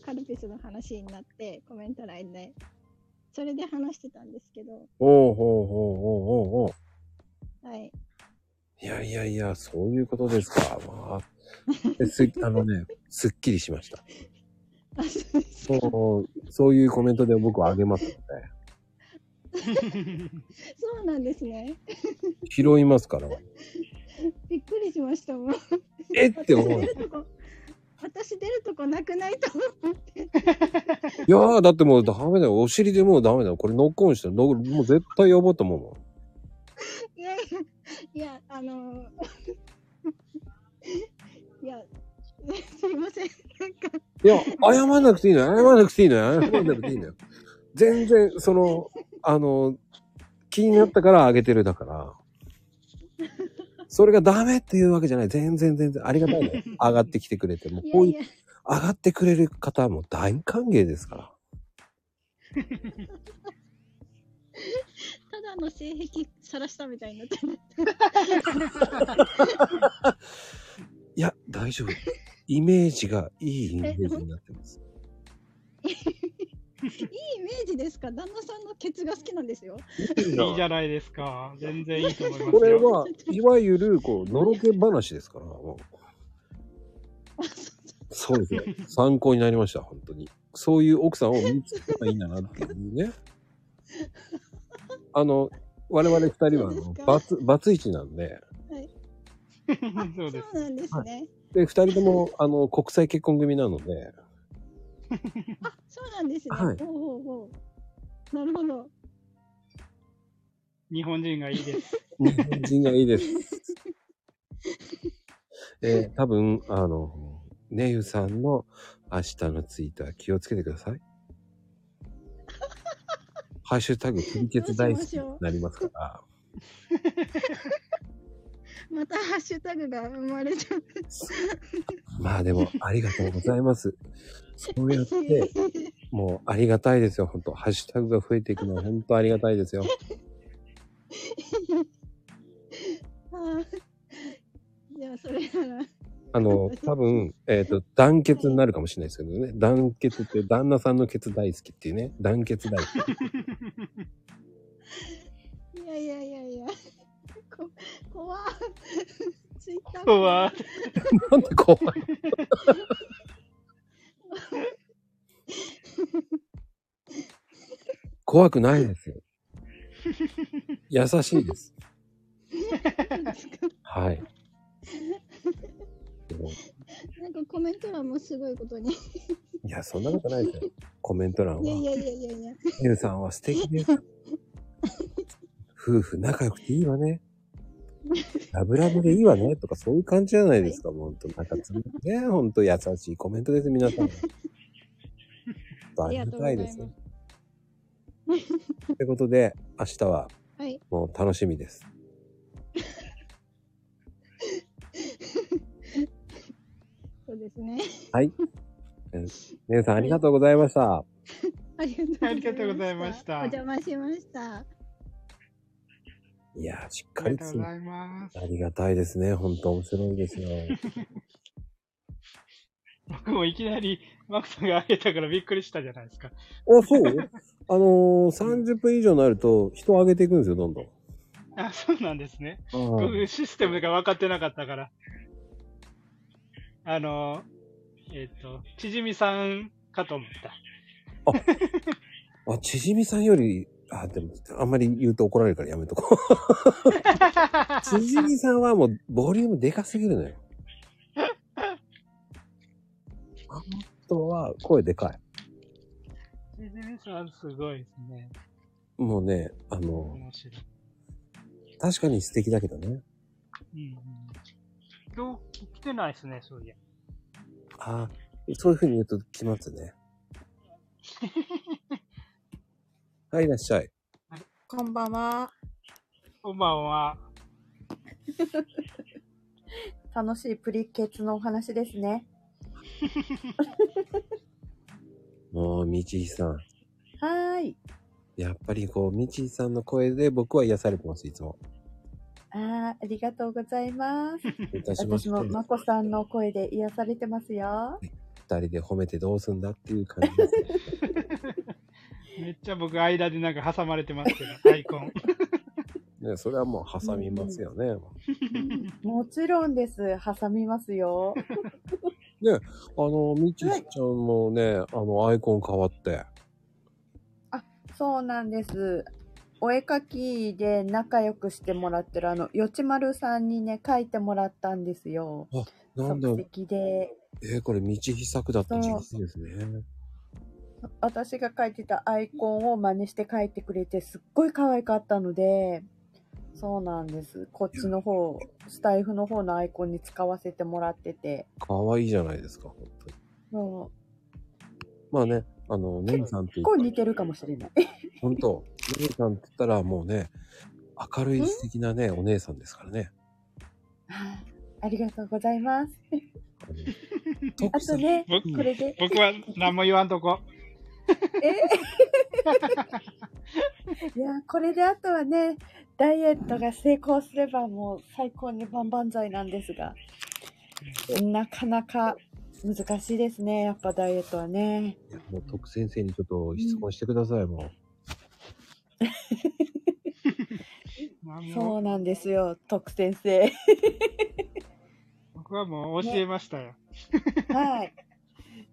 S3: カルピスの話になって、コメント欄で、それで話してたんですけど、
S1: おうほうほうほうほうほう。 <laughs>
S3: はい。
S1: いやいやいや、そういうことですか。まあ、です <laughs> あのね、すっきりしました。
S3: あ、そうですか。
S1: そう、そういうコメントで僕はあげますので、
S3: そうなんですね。
S1: 拾いますから。
S3: びっくりしましたもん。
S1: えって思う。い
S3: 私出るとこ私出るとこなくないと思って。
S1: やー、だってもうダメだよ。お尻でもうダメだよ。これノックオンしたら、ノもう絶対呼ぼうと思うもん。
S3: いやいや、いや、あのいや、すいません。なんか、
S1: いや、謝らなくていいのよ。謝らなくていいのよ。謝らなくていいのよ。全然、その、あの、気になったからあげてるだから。それがダメっていうわけじゃない。全然全然ありがたいのよ。上がってきてくれて。もう
S3: い
S1: こ
S3: や
S1: う
S3: い
S1: いう、
S3: や、
S1: 上がってくれる方はもう大歓迎ですから。
S3: ただの性癖さらしたみたいになってる。
S1: いや、大丈夫。イメージがいいイメージになってます。
S3: いいイメージですか旦那さんのケツが好きなんですよ。
S2: <laughs> いいじゃないですか。全然いいと思いますよ。
S1: これは、いわゆる、こう、のろけ話ですから。もうそうですね。参考になりました、本当に。そういう奥さんを見つけたらいいんだなっていうね。あの、我々二人はあ
S3: そ
S1: の
S3: うですか
S1: バツ、バツイチなんで、
S2: <laughs> そうです。
S3: そうなんですね。
S1: で、二人とも、あの、国際結婚組なので、
S3: あ、そうなんですね。
S1: はい
S3: おうおうおうなるほど。
S2: 日本人がいいです。
S1: 日本人がいいです。えー多分、あの、ねゆさんの明日のツイートは気をつけてください。ハッシュタグ、プリケツ大好きになりますから。
S3: またハッシュタグが生まれちゃう。
S1: まあでも、ありがとうございます。そうやって、もうありがたいですよ、本当ハッシュタグが増えていくのは本当ありがたいですよ。
S3: <laughs> あーじゃあ、それなら。
S1: あの、多分、えっ、と、団結になるかもしれないですけどね。団結って、旦那さんのケツ大好きっていうね。団結大好き。
S3: いやいやいやいや。こ怖 <laughs> ツイッター。
S2: う <laughs> わ
S1: なんで怖い怖くないですよ。優しいです。はい。でも
S3: なんかコメント欄もすごいことに。
S1: いや、そんなことないですよ。コメント欄は。
S3: いやいやいやいやいや。
S1: ゆうさんは素敵です。夫婦仲良くていいわね。ラブラブでいいわね。とかそういう感じじゃないですか。もうほんと、仲つむね。ほんと優しいコメントです、皆さん。ありがたいです。
S3: ありがとうござい
S1: ということで、明日は
S3: はい。
S1: もう楽しみです。
S3: そうですね。
S1: 皆さんありがとうございました。
S3: ありがとうございました。
S2: ありがとうございました
S3: お邪魔しました。
S1: いやー、しっ
S2: あ
S1: か
S2: り
S1: り
S2: がと
S1: つ
S2: うございます。
S1: ありがたいですね。ほんと面白いですよ。
S2: 僕もいきなりマクさんがあげたからびっくりしたじゃないですか。
S1: あ、そうあのー、30分以上になると人を上げていくんですよ、どんどん。
S2: あ、そうなんですね。
S1: あ
S2: 僕システムが分かってなかったから。あの、えっ、と、ちじみさんかと思った。
S1: ああ、ちじみさんより、あ、でも、あんまり言うと怒られるからやめと
S4: <laughs>
S1: こう。ちじみさんはもう、ボリュームでかすぎるのよ。あの人は声でかい。
S2: ちじみさんすごいですね。
S1: もうね、あの、
S2: 面白い。
S1: 確かに素敵だけどね。
S2: うんうん、今日来てないですね、そういや。
S1: ああ、そういうふうに言うと来ます
S4: <laughs>
S1: ね。はい、いらっしゃい。
S4: こんばんは。
S2: こんばんは。
S4: 楽しいプリケツのお話ですね。
S1: もう、みちひさん。
S4: はーい。
S1: やっぱりこう、みちひさんの声で僕は癒されてます、いつも。
S4: あーありがとうございます。
S1: いたしまして、
S4: 私も
S1: 二
S4: まこさんの声で癒されてますよ。
S1: 人で褒めてどうすんだっていう感じですね。
S2: めっちゃ僕間でなんか挟まれてますけど、アイ <laughs> コン。
S1: ね、それはもう挟みますよね。
S4: もちろんです。挟みますよ。
S1: あの、みちひちゃんもね、あの、アイコン変わって。
S4: そうなんです。お絵かきで仲良くしてもらってるあの、よちまるさんにね、書いてもらったんですよ。
S1: なんだ
S4: 即、席で。
S1: えーこれ、みちひ作だった人生ですね。
S4: 私が書いてたアイコンを真似して書いてくれてすっごい可愛かったのでそうなんですこっちの方スタイフの方のアイコンに使わせてもらってて
S1: かわいいじゃないですか、本当に。
S4: も
S1: まあね、あの、ねみさんって言
S4: う結構
S1: っ
S4: 似てるかもしれない
S1: 本当、お姉さんって言ったらもうね、明るい素敵なね、お姉さんですからね。
S4: <laughs> ありがとうございます
S1: あのト
S4: あ
S1: キさ
S4: と
S1: ん
S4: ね
S2: 僕
S4: これで
S2: 僕は何も言わんとこ。
S4: <laughs> いやこれであとはねダイエットが成功すればもう最高に万々歳なんですがなかなか難しいですねやっぱダイエットはね
S1: もう徳先生にちょっと質問してください、も
S2: 何
S4: そ
S2: も
S4: うなんですよ徳先生
S2: 僕はもう教えましたよ。
S4: はい。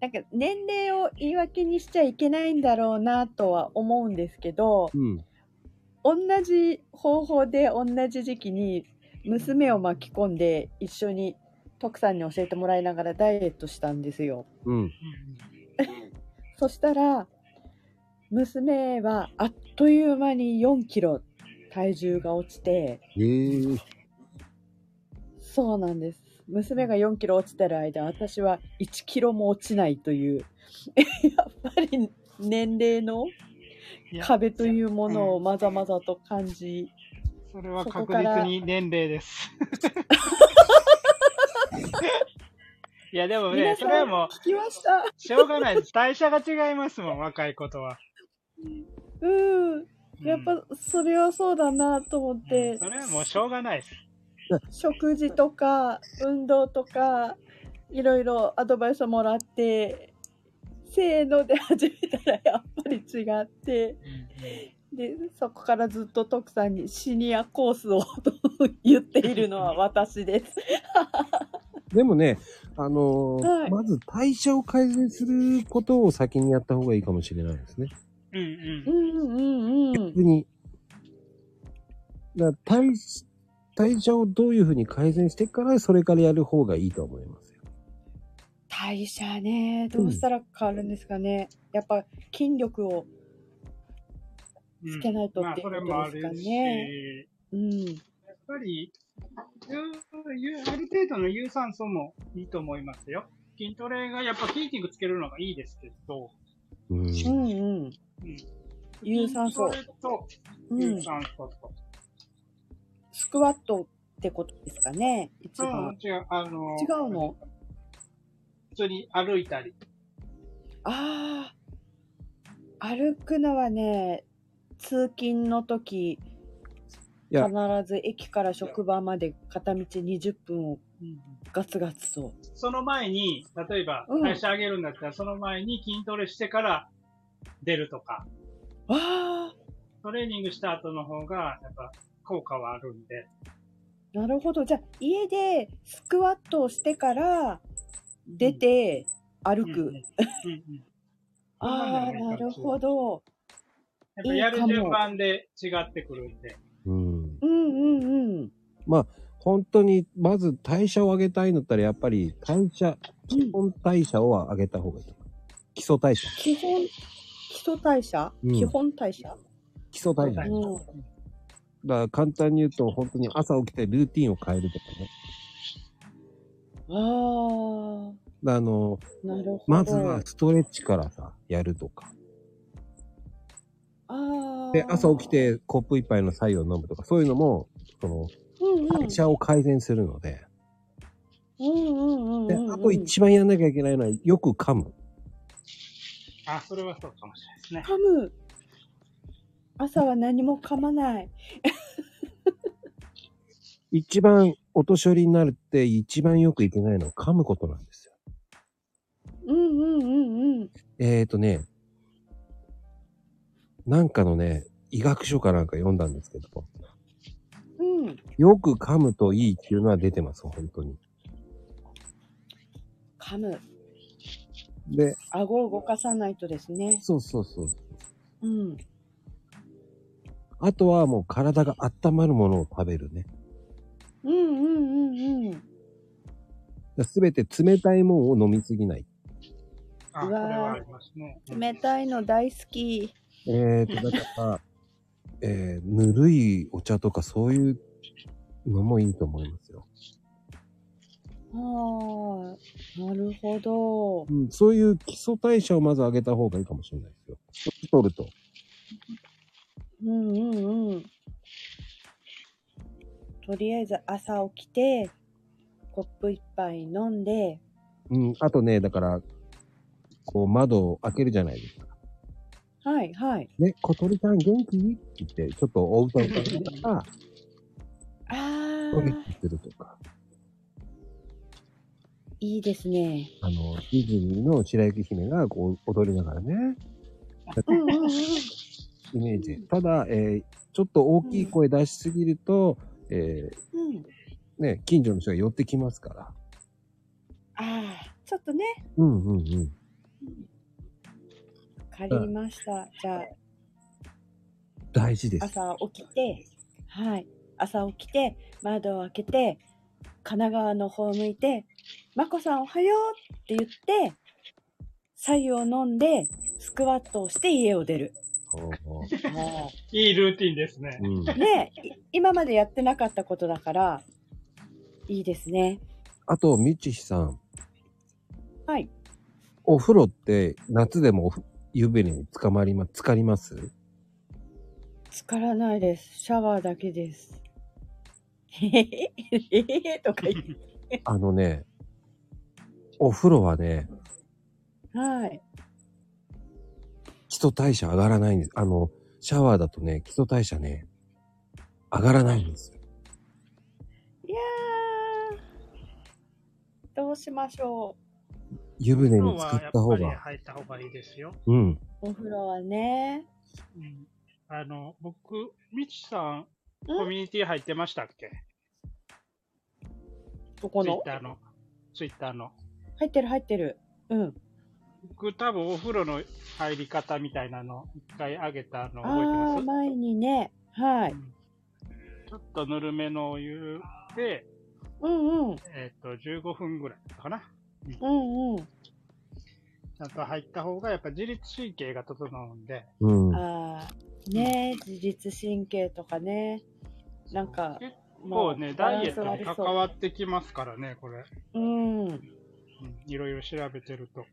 S4: なんか年齢を言い訳にしちゃいけないんだろうなとは思うんですけど、
S1: う。うん。
S4: 同じ方法で同じ時期に娘を巻き込んで一緒に徳さんに教えてもらいながらダイエットしたんですよ。
S1: うん。
S4: そしたら、娘はあっという間に4キロ体重が落ちて、
S1: えー、
S4: そうなんです。娘が4キロ落ちてる間、私は1キロも落ちないという、 <laughs> やっぱり年齢の
S2: いや
S4: 壁というものを
S2: うん
S4: まざまざと感じ、
S2: それは
S4: そ
S2: 確
S4: こから
S2: 実に年齢
S4: <laughs>
S2: です。いや、でもね
S4: 皆、さ
S2: そ
S4: ん
S2: れはもう、
S4: 聞きました。
S2: しょうがないです。代謝が違いますもん、若いことは。
S4: うん。
S2: うん
S4: やっぱそれはそうだなと思っ
S2: う
S4: て
S2: ん、それはもうしょうがないです。
S4: 食事とか運動とかいろいろアドバイスをもらって、せーので始めたらやっぱり違って、でそこからずっと徳さんにシニアコースを <laughs> と言っているのは私です。
S1: でもね、あのー
S4: はい
S1: まず代謝を改善することを先にやった方がいいかもしれないですね。
S2: うんう。
S4: うんんうんうん
S1: 逆。に。だから代謝代謝をどういうふうに改善してから、それからやる方がいいと思いますよ。
S4: 代謝ね、どうしたら変わるんですかね。やっぱ筋力を
S2: うん
S4: つけないと
S2: ま
S4: っ
S2: あ、
S4: てい
S2: そうれ
S4: こ
S2: もあ
S4: とで
S2: る
S4: すかね。
S2: し、
S4: うん。
S2: やっぱり、有有ある程度の有酸素もいいと思いますよ。筋トレがやっぱ筋肉つけるのがいいですけど、
S1: うん。
S4: うんうん。有酸素
S2: 筋ト
S4: う
S2: レと有
S4: ん。
S2: 酸素と。
S4: スクワットってことですかね。一
S2: そう
S4: 番。
S2: 違う、あの、
S4: 違うの
S2: 普通に歩いたり。
S4: ああ。歩くのはね、通勤の時、
S1: いや
S4: 必ず駅から職場まで片道20分をガツガツと。
S2: その前に、例えば
S4: う、ん
S2: 代謝上げるんだったら、その前に筋トレしてから出るとか、
S4: わあ、
S2: トレーニングした後の方が、やっぱ、効果はあるんで、
S4: なるほど。じゃあ、家でスクワットをしてから出て歩
S2: うん
S4: く。
S2: うんうんうん
S4: ああ、なるほど。
S2: うんやっぱやる順番で違ってくるんで。
S1: うん。
S4: うんうんうん。
S1: 本当に、まず代謝を上げたいんだったら、やっぱり代謝、基本代謝を上げた方がいいと思う。基礎代謝。
S4: 基本、基礎代謝、
S1: うん
S4: 基本代謝
S1: 基礎代謝。だ
S2: はい
S1: か
S4: うん
S1: ら簡単に言うと、本当に朝起きてルーティンを変えるとかね。
S4: ああ、
S1: あの、
S4: なるほど。
S1: まずはストレッチからさ、やるとか。
S4: ああ。
S1: で、朝起き、てコップ一杯の白湯を飲むとか、そういうのも、その、
S4: うんうん、
S1: 代謝を改善するので。
S4: うんうんうん
S1: で
S4: うん、うん。
S1: あと一番やんなきゃいけないのは、よく噛む。
S2: あ、それはそうかもしれないですね。
S4: 噛む。朝は何も噛まない。
S1: 一番お年寄りになるって一番よくいけないのは噛むことなんですよ。
S4: うんうんうんうん。
S1: えーとね、なんかのね、医学書かなんか読んだんですけど、
S4: うん。
S1: よく噛むといいっていうのは出てます、本当に。
S4: 噛む。
S1: で、
S4: 顎を動かさないとですね。
S1: そうそうそう。
S4: うん。
S1: あとはもう体が温まるものを食べるね。
S4: うんうんうんうん。
S1: すべて冷たいもんを飲みすぎない。
S2: あ、それはありますね。
S4: 冷たいの大好き。
S1: えーと、だから、 <laughs> えー、ぬるいお茶とかそういうのもいいと思いますよ。
S4: ああ、なるほど。
S1: うん、そういう基礎代謝をまず上げた方がいいかもしれないですよ。年取ると。
S4: うんうんうん。とりあえず朝起きて、コップ一杯飲んで、
S1: うん、あとね、だから、こう窓を開けるじゃないですか。
S4: はいはい。
S1: ね、小鳥さん元気って言って、ちょっとお歌を歌ったりとか、
S4: あ
S1: ストレッ
S4: あ、
S1: チするとか、
S4: いいですね。
S1: あの、ディズニーの白雪姫がこう踊りながらね、
S4: うんうんうん。
S1: イメージ。ただ、えーちょっと大きい声出しすぎると、え
S4: うん。
S1: ーね、近所の人が寄ってきますから。
S4: ああ、ちょっとね、
S1: うんうんうん。
S4: わかりました。じゃあ、
S1: 大事です。
S4: 朝起きて、はい。朝起きて、窓を開けて、神奈川の方を向いて、まこさんおはようって言って、左右を飲んで、スクワットをして家を出る。
S1: ほうほう
S2: いいルーティンですね。
S1: うん
S4: ねえ、い今までやってなかったことだから、いいですね。
S1: あと、みちひさん。
S4: はい。
S1: お風呂って夏でもおふ湯船につかまりま、つかります
S4: 疲らないです。シャワーだけです。へへへ、へへへとか言って。
S1: あのね、お風呂はね、
S4: はい。
S1: 基礎代謝上がらないんです。あの、シャワーだとね、基礎代謝ね、上がらないんですよ。
S4: いやー、どうしましょ
S1: 湯船
S2: 今
S1: に
S2: 日
S1: 浸
S2: は
S1: か
S2: や
S1: っ
S2: った
S1: 方
S2: ぱり
S1: が。
S2: 入った方がいいですよ。
S1: うん。
S4: う。お風呂はね。
S2: うんあの、僕、みちさん、
S4: うん
S2: コミュニティ入ってましたっけ
S4: どこ
S2: ツイッ
S4: の
S2: ターの。ツイッターの。
S4: 入ってる入ってる。うん。
S2: 僕、多分お風呂の入り方みたいなの、一回あげたの覚えて
S4: あ
S2: ま
S4: ー、
S2: す
S4: 前にね。はい。
S2: ちょっとぬるめのお湯で、
S4: うんうん。
S2: えっ、と、15分ぐらいだったかな。
S4: うんうん。
S2: ちゃんと入った方が、やっぱ自律神経が整うんで。
S1: うん。
S4: あー、ねえ、自律神経とかね。なんか、
S2: 結構ね、
S4: バ
S2: ダ
S4: ラ
S2: イエッ
S4: ンス
S2: トに
S4: 悪
S2: 関
S4: そう。
S2: わってきますからね、これ。
S4: うん。
S2: うんいろいろ調べてると。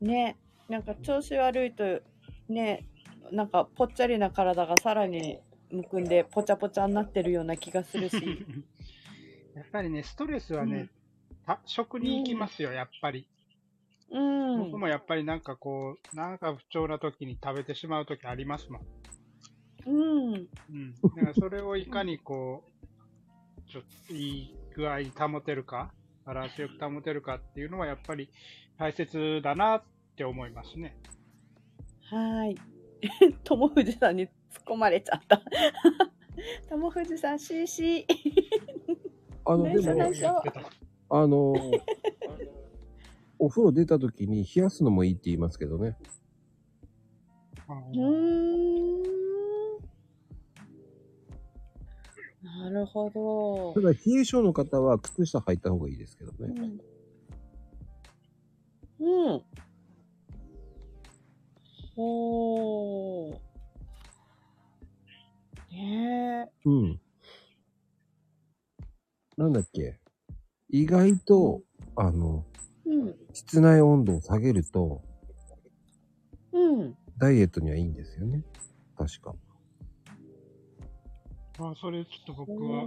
S4: ねなんか調子悪いとねなんかぽっちゃりな体がさらにむくんでぽちゃぽちゃになってるような気がす
S2: <laughs>
S4: るし
S2: やっぱりね、ストレスは
S4: う
S2: ね
S4: ん、
S2: た食に行きますよ、やっぱり。
S4: うん
S2: 僕もやっぱりなんかこう、なんか不調な時に食べてしまう時ありますもん。
S4: うん <laughs>
S2: うん。だからそれをいかにこう、ちょっといい具合に保てるか、バランスよく保てるかっていうのはやっぱり大切だなって思いますね。
S4: はーい。 <laughs> 友藤さんに突っ込まれちゃった。 <laughs> 友藤さん、シーシ
S1: あの、
S4: ね
S1: で
S4: そ
S1: も
S4: う、そう
S1: あの、お風呂出た時に冷やすのもいいって言いますけどね。
S2: あ
S4: ー。うーん。なるほど
S1: た。だ、冷え性の方は靴下履いた方がいいですけど
S3: <laughs>
S1: ね。
S4: うん。うん。おー。ね
S1: うん。なんだっけ。意外と、あの、
S4: え。うん。
S1: 室内温度を下げると、
S4: うん。
S1: ダイエットにはいいんですよね。確か。
S2: あそれちょっと僕は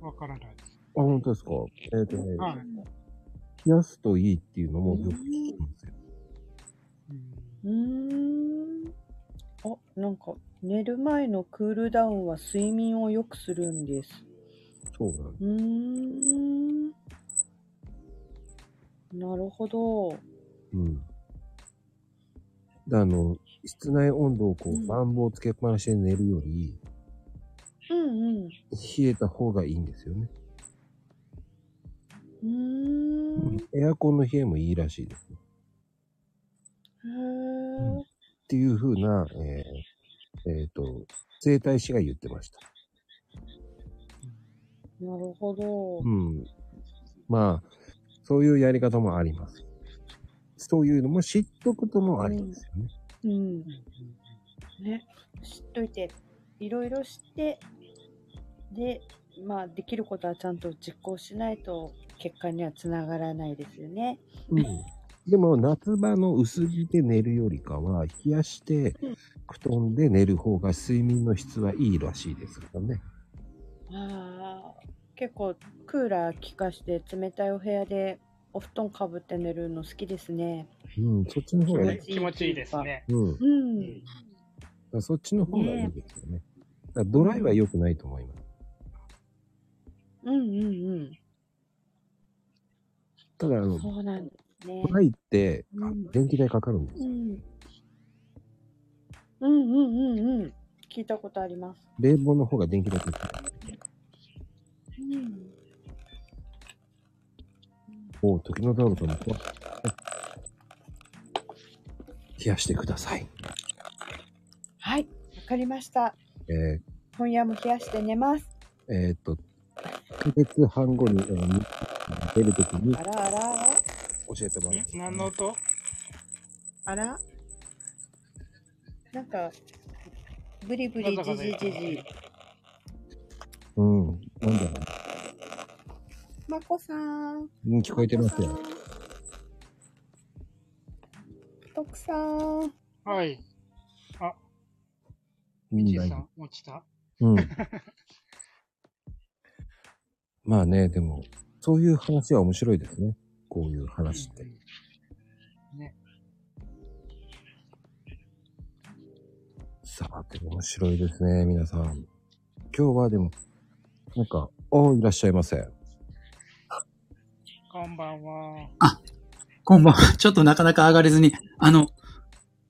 S2: わからないです。
S1: あ、本当ですか。えっ、とね、
S2: はい。
S1: 冷やすといいっていうのもよく聞きますよ。
S2: うん
S4: うーん。あ、なんか、寝る前のクールダウンは睡眠を良くするんです。
S1: そうなん
S4: うーん。なるほど。
S1: うん。であの、室内温度をこ
S4: うん
S1: う、暖房つけっぱなしで寝るより、
S4: うんうん。う
S1: 冷えた方がいいんですよね。
S4: ーん。
S1: エアコンの冷えもいいらしいですね。
S4: へー
S1: っていう風な、えー、えーと、生体師が言ってました。
S4: なるほど。
S1: うん。まあ、そういうやり方もあります。そういうのも知っとくともありですよね。
S4: うん
S2: う。ん
S4: ね。知っといて、いろいろ知って、で、まあ、できることはちゃんと実行しないと、結果にはつながらないですよね。
S1: うん。でも、夏場の薄着で寝るよりかは、冷やして
S4: うん、
S1: 布団で寝る方が睡眠の質はいいらしいですからね。
S4: ああ、結構クーラー効かして冷たいお部屋でお布団かぶって寝るの好きですね。
S1: うん、そっちの方
S2: う
S1: が
S2: ん
S1: ね
S4: ね。
S2: 気持ちいいですね。
S1: うん。だか
S4: うん。
S1: らそっちの方がいいですよね。だからドライは良くないと思います。
S4: うんうん
S1: ただ、あ
S4: う
S1: の
S4: ん。、そうなんですね
S1: ド。ライって、
S4: うん
S1: あ電気代かかるんです
S4: う
S1: よ。
S4: ん。うんうんうんうん。聞いたことあります。
S1: 冷房の方が電気代かかる。
S4: うん。
S1: おう時のタオルと思って。冷やしてください。
S4: はい、わかりました。
S1: え
S4: 今夜も冷やして寝ます。
S1: ー、えーっと、9月半後に、えーに出るときに
S4: あらあら
S1: 教えてもらいま
S2: ん
S1: す。
S2: 何の音
S4: あら。なんか、ブリブリじじじじ。
S1: うん。なんだろ
S4: まこさん。
S1: う。うん、聞こえてますよ。
S4: 徳さん。
S2: はい。
S1: み
S2: じ
S1: んな
S2: いさん、落ちた
S1: うん。まあね、でも、そういう話は面白いですね。こういう話って。さあ、でも面白いですね、皆さん。今日はでも、なんか、おーいらっしゃいませ。
S2: こんばんは。
S5: こんばんは。ちょっとなかなか上がれずに、あの、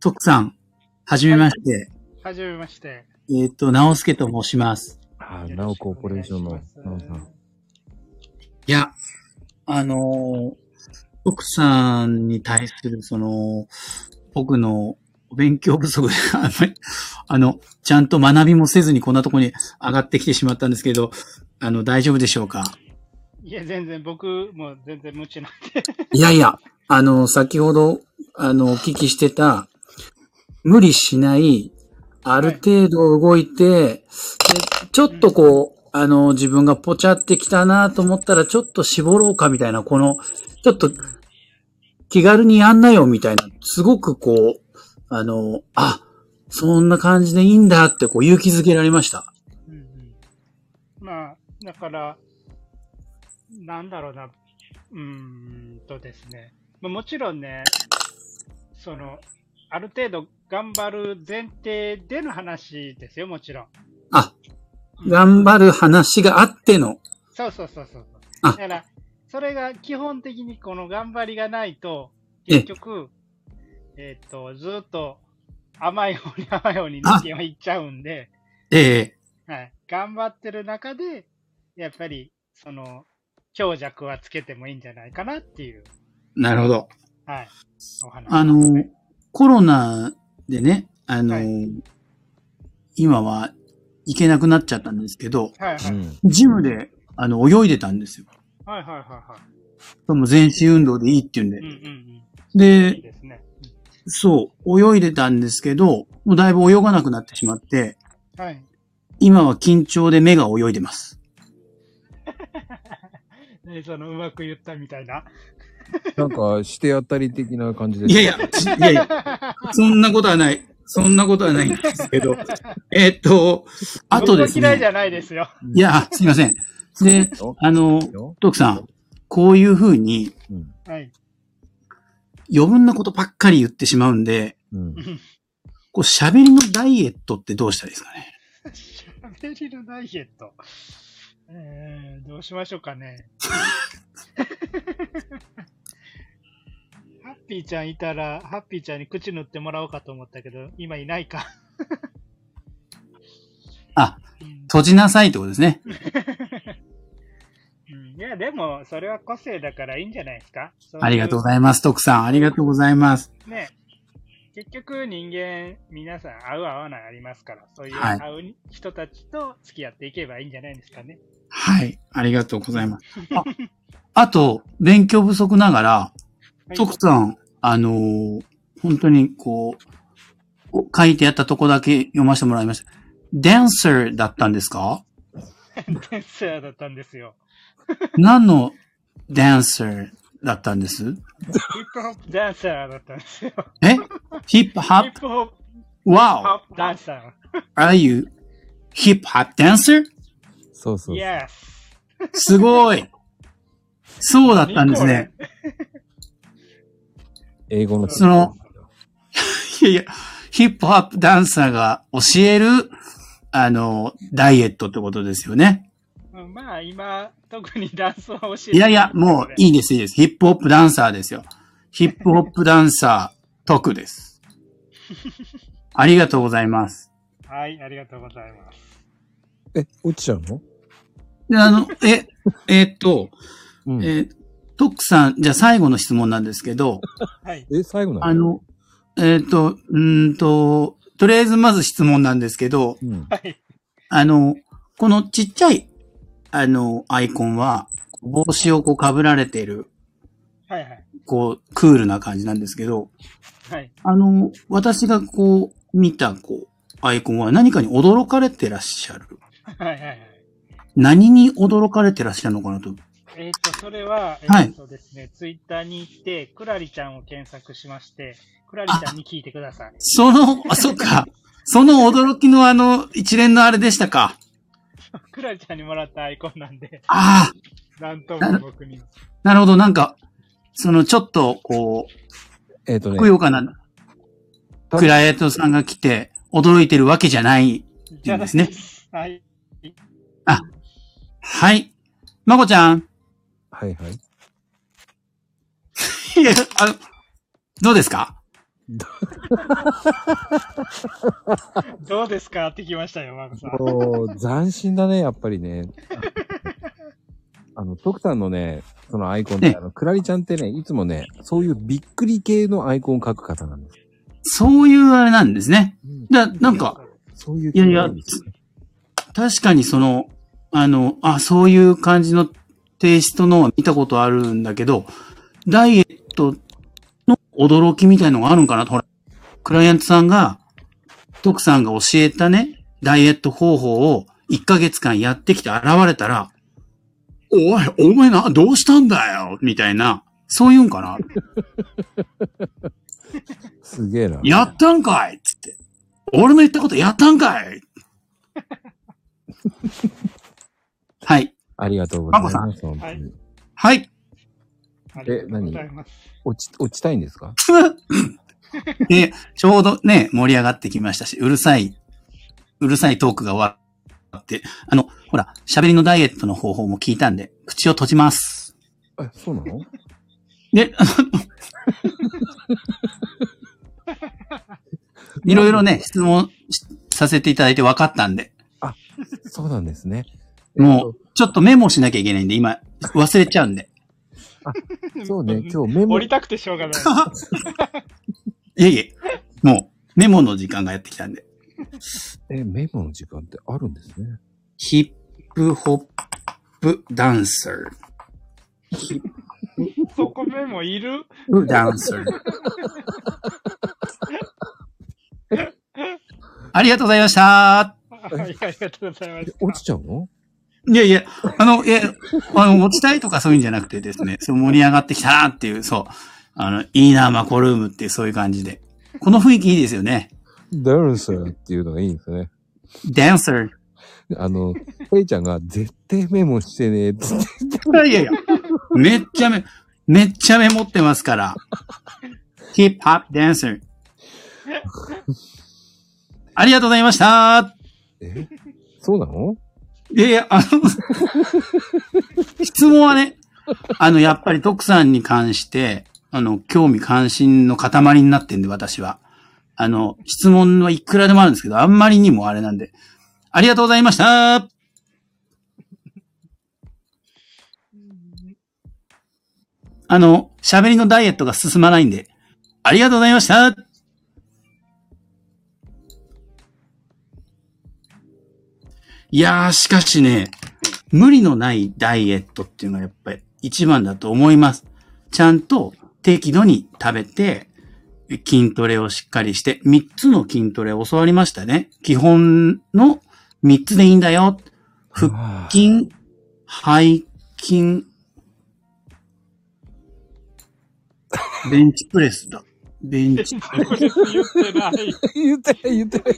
S5: 徳さん、はじめまして。
S2: はじめまして。
S5: えっ、と、直輔と申します。
S1: ああ、
S2: よ
S1: な
S2: ろ
S1: お
S2: しく
S1: コーポレーション
S2: お願
S1: の
S2: いし、
S1: なお
S2: ます
S1: さん。
S5: いや、あのー徳さんに対する、その、僕のお勉強不足で、 <laughs> あんまり、あの、ちゃんと学びもせずにこんなとこに上がってきてしまったんですけど、あの、大丈夫でしょうか
S2: いや、全然僕も全然無知なんで。 <laughs>
S5: いやいや、あの、先ほど、あの、お聞きしてた、無理しない、ある程度動いて、でちょっとこう、あの、自分がポチャってきたなと思ったら、ちょっと絞ろうかみたいな、この、ちょっと、気軽にやんなよみたいな、すごくこう、あの、あ、そんな感じでいいんだって、こう、勇気づけられました。
S2: うんうんまあ、だから、なんだろうな、うーんとですね、まあもちろんね、その、ある程度頑張る前提での話ですよ、もちろん。
S5: あ、頑張る話があっての、
S2: そうそうそうそう。
S5: あ
S2: だから、それが基本的にこの頑張りがないと、
S5: ええ
S2: 結局、えっと、ずっと甘い方に甘い方に人間は行っちゃうんで、
S5: ええ
S2: はい。頑張ってる中で、やっぱり、その、強弱はつけてもいいんじゃないかなっていう、
S5: なるほど。
S2: はい。お話。
S5: あの、コロナでね、あの、
S2: は
S5: 今は行けなくなっちゃったんですけど、
S2: はいはい。
S1: ん。
S5: ジムで、あの、泳いでたんですよ。
S2: はいはいはいは
S5: でも全身運動でいいって言うんで
S2: い。うん。うんうん。いい
S5: で、
S2: ですね。うん
S5: そう、泳いでたんですけど、もうだいぶ泳がなくなってしまって、
S2: はい。
S5: 今は緊張で目が泳いでます。
S2: ねその、うまく言ったみたいな。
S1: なんか、してやったり的な感じで
S5: いやいや、ちいやいや、そんなことはない。そんなことはないんですけ <laughs> ど。えっと、あとです
S2: 僕は嫌いじ
S5: ね。
S2: ゃないですよ。
S5: いや、すいません。で、あの、
S1: よ。
S5: 徳さん、こういうふうに
S1: うん。
S2: はい。
S5: 余分なことばっかり言ってしまうんで、
S1: うん。
S5: こう喋りのダイエットってどうしたらいいですかね。
S2: 喋りのダイエット。えー、どうしましょうか <laughs> ね。ハッピーちゃんいたら、ハッピーちゃんに口塗ってもらおうかと思ったけど、今いないか。
S5: あ、
S2: うん
S5: 閉じなさいってことですね。
S2: うんいや、でも、それは個性だからいいんじゃないですか。
S5: ありがとうご
S2: い
S5: ざいます、徳さん。ありがとうございます。
S2: ます。ね。結局、人間、皆さん、合う合わないありますから、そういう
S5: はい
S2: 合う人たちと付き合っていけばいいんじゃないですかね。
S5: はい。ありがとうございます。ああと、勉強不足ながら、
S2: はい
S5: 徳さん、あのー本当にこう、書いてあったとこだけ読ませてもらいました。ダンサーだったんですか
S2: ダンサーだったんですよ。
S5: 何のダンサーだったんです
S2: ヒップホップダンサーだったんですよ。
S5: えヒップホ
S2: ヒッ
S5: ッ
S2: プホップ
S5: プ ?Wow!
S2: ホップダンサ
S5: Are you hip hop dancer?
S1: そうそ
S2: ー。
S1: う。
S2: Yes。
S5: すごいそうだったんです <laughs> ね。
S1: 英語の。
S5: その、いやいや、ヒップホップダンサーが教える、あの、ダイエットってことですよね。
S2: うんまあ今、特にダンスを教えて
S5: いやいや、もういいです、いいです。ヒップホップダンサーですよ。ヒ <laughs> ップホップダンサー、特 <laughs> です。ありがとうございます。
S2: はい、ありがとうございます。
S1: え、落ちちゃうの
S5: で、あの、え、えーっと、
S1: う
S5: え
S1: ん。
S5: ートックさん、じゃあ最後の質問なんですけど、
S2: はい。
S1: え、最後なの
S5: あ、の、えーっと、うーんと、とりあえずまず質問なんですけど、
S1: うん。
S2: はい。
S5: あの、このちっちゃい、あの、アイコンは、帽子をこう被られている、
S2: はいはい。
S5: こう、クールな感じなんですけど、
S2: はい。
S5: あの、私がこう、見た、こう、アイコンは何かに驚かれてらっしゃる。
S2: はいはいはい。
S5: 何に驚かれてらっしゃるのかなと。
S2: えっ、と、それは、えっ、
S5: はい
S2: とですね、ツイッターに行って、クラリちゃんを検索しまして、クラリちゃんに聞いてください。
S5: その、あ、そっか。その驚きのあの、一連のあれでしたか。
S2: クラリちゃんにもらったアイコンなんで、
S5: ああ、
S2: なんとも僕に。
S5: なるほど。なんか、その、ちょっと、こう、
S1: えっとね
S5: ふく。よかな、クライアントさんが来て、驚いてるわけじゃない。
S2: じゃあ
S5: ですね。
S2: はい。
S5: はい。まこちゃん。
S1: はいはい。
S5: いや、あの、どうですか
S2: どうですかってきましたよ、マコさん。
S1: こう、斬新だね、やっぱり
S5: <laughs>
S1: ね。あの、徳さんのね、そのアイコンって、
S5: ね
S1: あの、クラリちゃんってね、いつもね、そういうびっくり系のアイコンを描く方なんです。
S5: そういうあれなんですね。だ、なんか、
S1: そういう
S5: いやいや
S1: 系なんですよ
S5: 確かにその、あの、あ、そういう感じのテイストのは見たことあるんだけど、ダイエットの驚きみたいのがあるんかなとほら、クライアントさんが、徳さんが教えたね、ダイエット方法を1ヶ月間やってきて現れたら、おい、お前な、どうしたんだよみたいな、そういうんかな
S1: すげえな。
S5: やったんかいっつって。俺の言ったことやったんかいはい。
S1: ありがとうございます。
S5: マ
S1: 本当
S2: は
S1: に
S2: い
S5: はい。
S2: ありがとうございます。
S1: 落ち、落ちたいんですか
S5: <laughs> で、ちょうどね、盛り上がってきましたし、うるさい、うるさいトークが終わって、あの、ほら、喋りのダイエットの方法も聞いたんで、口を閉じます。
S6: え、そう
S5: <laughs>
S6: なの
S5: ね、あのいろいろね、質問しさせていただいて分かったんで、
S6: そうなんですね。
S5: もう、ちょっとメモしなきゃいけないんで、今、忘れちゃうんで。
S6: そうね、今日メモ
S2: 降り、たくてしょうがない。
S5: いえいえ、もう、メモの時間がやってきたんで。
S6: え、メモの時間ってあるんですね。
S5: ヒップホップダンサー。
S2: そこメモいる
S5: ダンサー。 <laughs> ありがとうございました。
S2: はい、ありがとうございま
S6: え
S2: し
S6: 落ちちゃうの
S5: いやいや、あの、いや、あの、持ちたいとかそういうんじゃなくてですね、そう盛り上がってきたなっていう、そう、あの、いいな、マコルームってそういう感じで。この雰囲気いいですよね。
S6: ダンサーっていうのがいいんですね。
S5: ダンサー。
S6: あの、ペイちゃんが絶対メモしてねえって言って。
S5: いやいやいや、めっちゃめ、めっちゃメモってますから。ヒップホップダンサー。ありがとうございました。
S6: え <laughs> そうなの
S5: いやいや、あの、 <laughs> 質問はね、あの、やっぱり徳さんに関して、あの、興味関心の塊になってんで、私は。あの、質問はいくらでもあるんですけど、あんまりにもあれなんで。ありがとうございました。あの、喋りのダイエットが進まないんで、ありがとうございました。いやー、しかしね、無理のないダイエットっていうのがやっぱり一番だと思います。ちゃんと適度に食べて、筋トレをしっかりして、3つの筋トレを教わりましたね。基本の3つでいいんだよ。腹
S6: あー
S5: 筋、背筋、ベンチプレスだ。ベンチ。
S2: た。これ言ってない。
S6: <laughs> 言ってない、言ってない。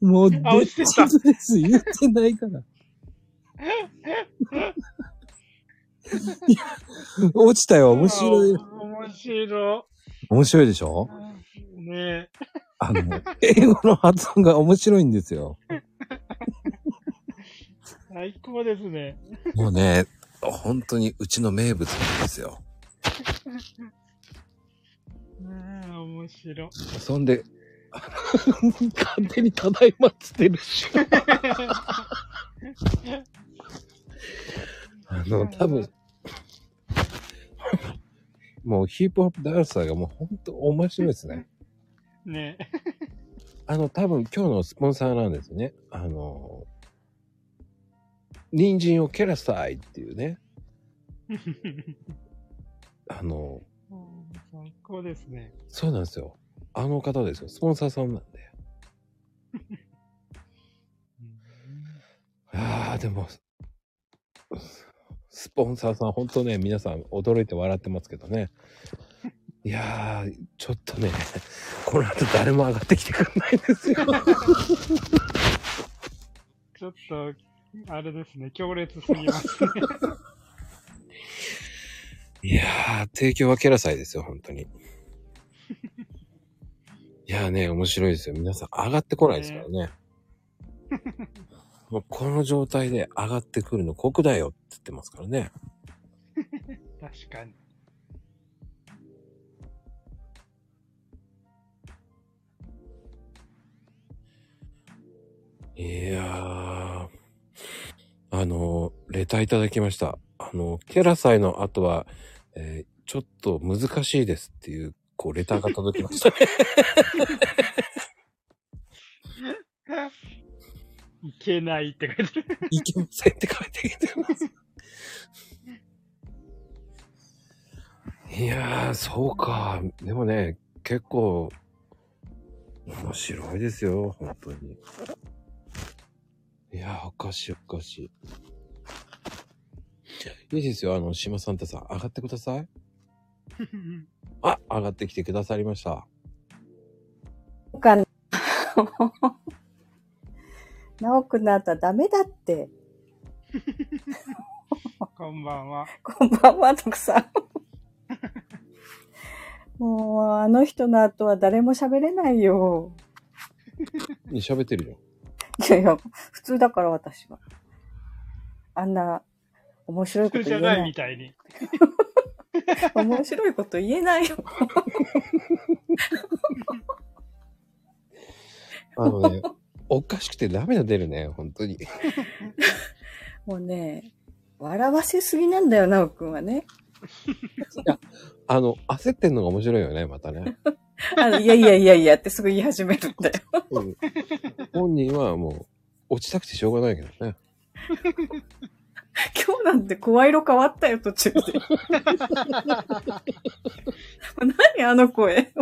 S6: もう、で
S2: あ落ちてきた
S6: です。言ってないから。いや落ちたよ。面白い。
S2: 面白
S6: 面白いでしょ
S2: い。ね
S6: あの、英語の発音が面白いんですよ。
S2: 最高ですね。
S1: もうね、本当にうちの名物なんですよ。
S2: うん、面白い。
S1: そんで、 <laughs> 勝手にただいまっつってるし。 <laughs> あの、多分、
S6: もうヒップホップダンサーがもう本当面白いですね。
S2: ね
S1: あの、多分今日のスポンサーなんですね。あの、人参を蹴らさいっていうね。あの、
S2: うん最高ですね。
S1: そうなんですよ。あの方ですよ。スポンサーさんなんで。ああ、でも、スポンサーさん、本当ね、皆さん驚いて笑ってますけどね。いやー、ちょっとね、この後誰も上がってきてくれないんですよ。
S2: ちょっと、あれですね、強烈すぎますね。
S1: いやー、提供はケラサイですよ、本当に。いやーね、面白いですよ。皆さん上がってこないですからね。もうこの状態で上がってくるの酷だよって言ってますからね。
S2: 確かに。
S1: いやー、あの、レターいただきました。あの、ケラ祭の後は、えーちょっと難しいですっていう、こう、レターが届きましたね。
S2: いけないって書いてる。
S1: いけませんって書いてきてます。いやー、そうか。でもね、結構、面白いですよ、本当に。いやー、おかしいおかしい。いいですよ、あの、島サンタさん、上がってください。あ、上がってきてくださりました。
S7: おかん直くなったらダメだって。
S2: こんばんは。
S7: こんばんは、
S4: <laughs>
S7: 徳さん。もう、あの人の後は誰も喋れないよ。
S1: ね喋ってるよ。
S7: いやいや、普通だから私は。あんな面白いこ
S2: 普
S7: と
S2: 通
S7: 言
S2: じ
S7: え
S2: ゃ
S7: な
S2: ないいみたいに。
S7: 面白いこと言えないよ。 <laughs>
S1: あのね、おかしくて涙出るね、本当に。
S7: もうね、笑わせすぎなんだよ、なおくんはね。
S1: あの、焦ってんのが面白いよね、またね。
S7: あのいやいやいやいやってすぐ言い始めるんだよ。 <laughs>
S1: うん本人はもう、落ちたくてしょうがないけどね。
S7: 今日なんて声色変わったよ、途中で。 <laughs> 何あの声。 <laughs>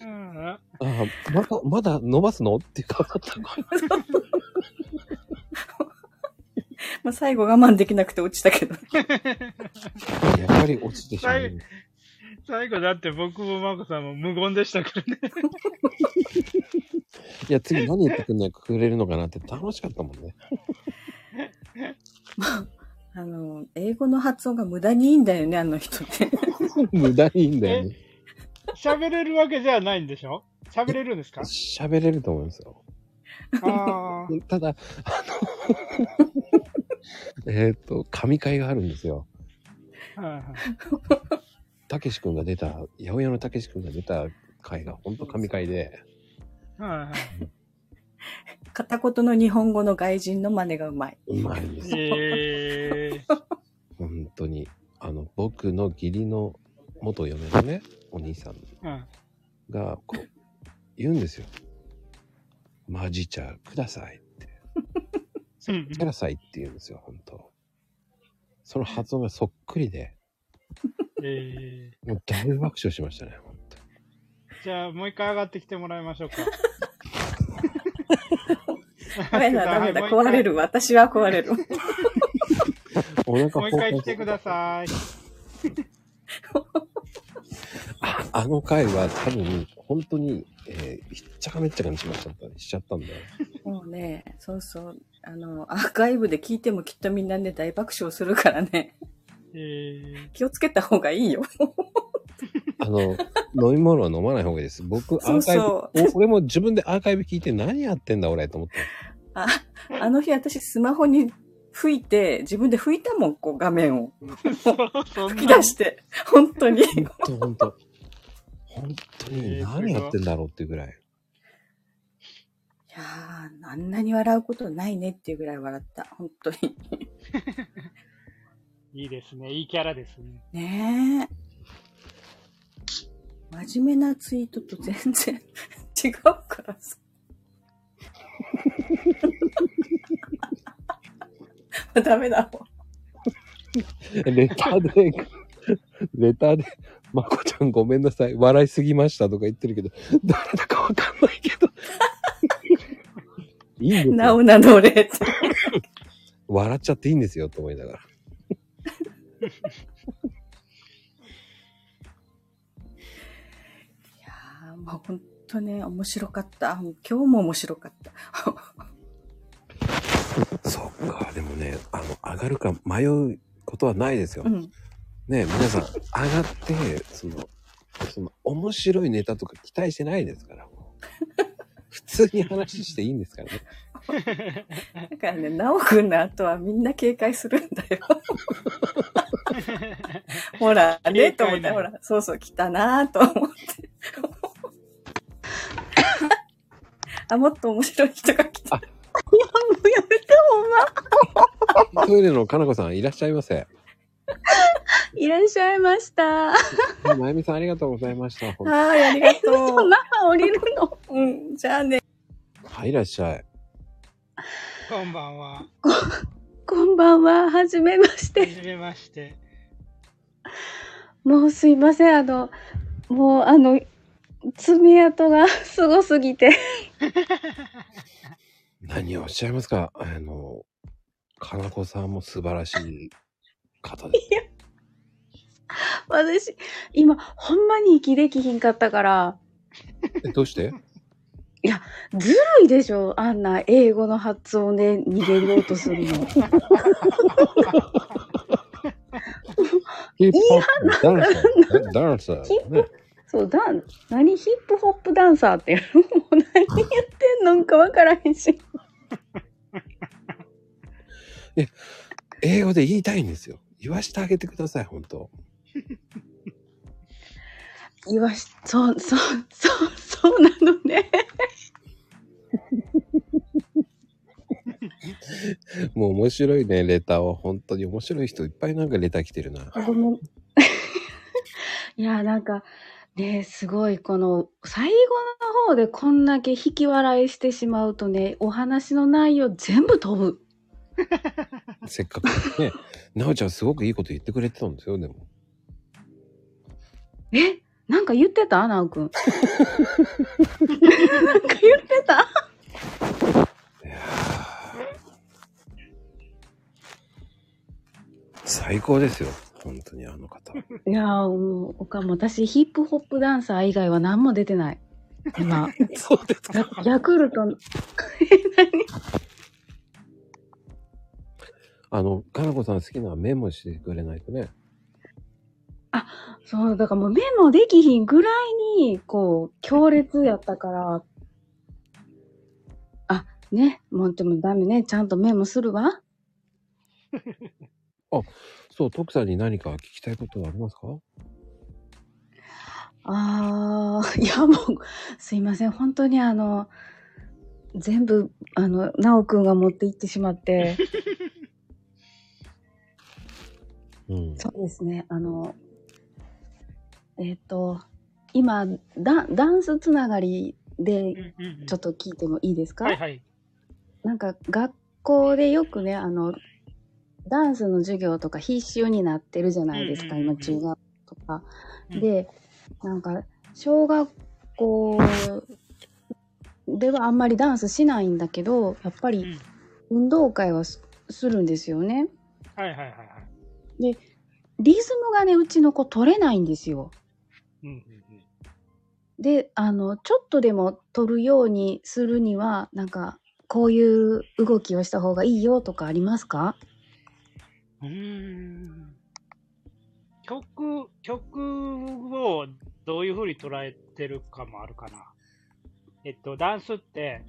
S2: うん。
S1: ああ、まだ、まだ伸ばすのっていう顔だったのかな。
S7: まあ、最後我慢できなくて落ちたけど。 <laughs>
S1: やっぱり落ちてしまう。
S2: 最後だって僕もマコさんも無言でしたからね。
S1: いや、次何言ってくんないくれるのかなって楽しかったもんね。
S7: あの、英語の発音が無駄にいいんだよね、あ <laughs> の人って。
S1: <laughs> 無駄にいいんだよね。
S2: 喋れるわけじゃないんでしょ喋れるんですか
S1: 喋れると思いますよ。
S2: <laughs> ああ。
S1: ただ、あ <laughs> の、えーっと、神会があるんですよ。
S2: はいはい
S1: たけし君が出た、八百屋のたけし君が出た回が本当神回で、
S2: はいはい
S7: 片言の日本語の外人の真似がうま <laughs> い。
S1: うまいんですよ。
S2: ええ
S1: 本当に。あの、僕の義理の元嫁のね、お兄さん
S2: うん
S1: が、こう、 <laughs> 言うんですよ。マジ茶くださいって。
S2: うん
S1: くださいって言うんですよ、本当その発音がそっくりで、
S2: ええ
S1: もう大爆笑しましたね、本当
S2: じゃあ、もう一回上がってきてもらいましょうか。
S7: ダメだ、ダメだ、
S2: はい
S7: 壊れ。る。私は壊れる。
S1: お腹
S2: もう一回もう一回
S1: 崩壊
S2: 来てください。
S1: ああの回は多分、本当に、えー、ひっちゃかめっちゃかにしましたしちゃったんで。
S7: もうね、そうそう。あの、アーカイブで聞いてもきっとみんなね、大爆笑するからね。
S2: え
S7: <laughs>
S2: え
S7: 気をつけた方がいいよ。
S1: あの、 <laughs> 飲み物は飲まない方がいいです。僕、ア
S7: そう
S1: ーカイブ、
S7: そう。
S1: お俺も自分でアーカイブ聞いて何やってんだ俺と思って。
S7: あ、あの日私スマホに吹いて、自分で吹いたもん、こう画面を。
S2: ー。そん
S7: 吹き
S2: な
S7: 出。して。本当に。
S1: 本当本当本当に何やってんだろうっていうぐらい。
S7: いやー、あんなに笑うことないねっていうぐらい笑った。本当に。
S2: いいですね。いいキャラですね。
S7: ねえ。真面目なツイートと全然 <laughs> 違うからさ。 <laughs> ダメだも
S1: レターで、レターで、まこちゃんごめんなさい、笑いすぎましたとか言ってるけど、誰だかわかんないけど。いいんです
S7: ん。な
S1: よ。
S7: おなの俺って。
S1: 笑っちゃっていいんですよと思いながら。
S7: いやー、もう本当ね、面白かった。今日も面白かった。
S1: そっか、でもね、あの、上がるか迷うことはないですよ。
S7: うん。
S1: ね皆さん、上がって、その、その、面白いネタとか期待してないですから、もう普通に話していいんですからね。
S7: だからね、なおくんの後はみんな警戒するんだ <laughs> よ。ほら、ね、と思っ
S2: 警戒な
S7: て、
S2: の
S7: ほら、そうそう、来たなーと思って。 <laughs> あ、もっと面白い人が来た。いや、もうやめて、ほんま。
S1: トイレのかなこさん、いらっしゃいませ。
S8: いらっしゃいました。あ
S1: まゆみさん、ありがとうございました。ほん
S7: はーい、ありがとう。
S8: 降りるの。
S7: <laughs> うん、じゃあね。
S1: はい、いらっしゃい。
S2: こんばんは。は
S8: こんばんは。はじめまして。
S2: じめまして。
S8: もうすいません。あの、もうあの、爪痕がすごすぎて。
S1: 何をおっしゃいますかあの、かなこさんも素晴らしい方です。
S8: 私、今、ほんまに息できひんかったから、
S1: え、どうして
S8: ずるいでしょ。あんな英語の発音で逃げようとするの。
S1: ヒップホップ、ダンサー、ダンサー、ね。
S8: <laughs> そう、ダン、何ヒップホップダンサーっていうのもう何やってんのかわからへんし。
S1: いや英語で言いたいんですよ。言わしてあげてください、本当
S8: 言わし、そう、そう、そう、そうなのね。
S1: もう面白いね、レターは。本当に面白い人いっぱいなんかレター来てるな。
S8: ごめん。いや、なんか、ね、すごい、この、最後の方でこんだけ引き笑いしてしまうとね、お話の内容全部飛ぶ。
S1: せっかくね。なおちゃんすごくいいこと言ってくれてたんですよ、でも。
S8: えなんか言ってたなおくん。なんか言ってた
S1: 最高ですよ。本当にあの方。
S8: いやーもう、おかんも私、ヒップホップダンサー以外は何も出てない。今。
S1: そうです
S8: ヤヤクルトの、
S1: あの、かなこさん好きなのメモしてくれないとね。
S8: そう、だからもうメモできひんぐらいに、こう、強烈やったから。あ、ね、もうでもダメね、ちゃんとメモするわ。
S1: そう、徳さんに何か聞きたいことはありますか
S8: あー、いやもう、すいません、本当にあの、全部、あの、なおくんが持って行ってしまって。
S1: うん。
S8: そうですね。あの、えっ、と、今ダ、ダンスつながりでちょ
S2: と。
S8: っと聞いてもいいですか、
S2: はいはい。
S8: なんか学校でよくね、あの、ダンスの授業とか必修になってるじゃないですか、
S2: うんうんうん
S8: 今中学とか。
S2: うん
S8: で、なんか、小学校ではあんまりダンスしないんだけど、やっぱ
S2: うん
S8: り運動会はすするんですよね。
S2: はいはいはいはい。
S8: リズムがね、うちの子取れないんですよ。
S2: うんうん
S8: であのちょっとでも取るようにするにはなんかこういう動きをした方がいいよとかありますか
S2: うん。うーん。曲、曲をどういうふうに捉えてるかもあるかな。えっと、ダンスって、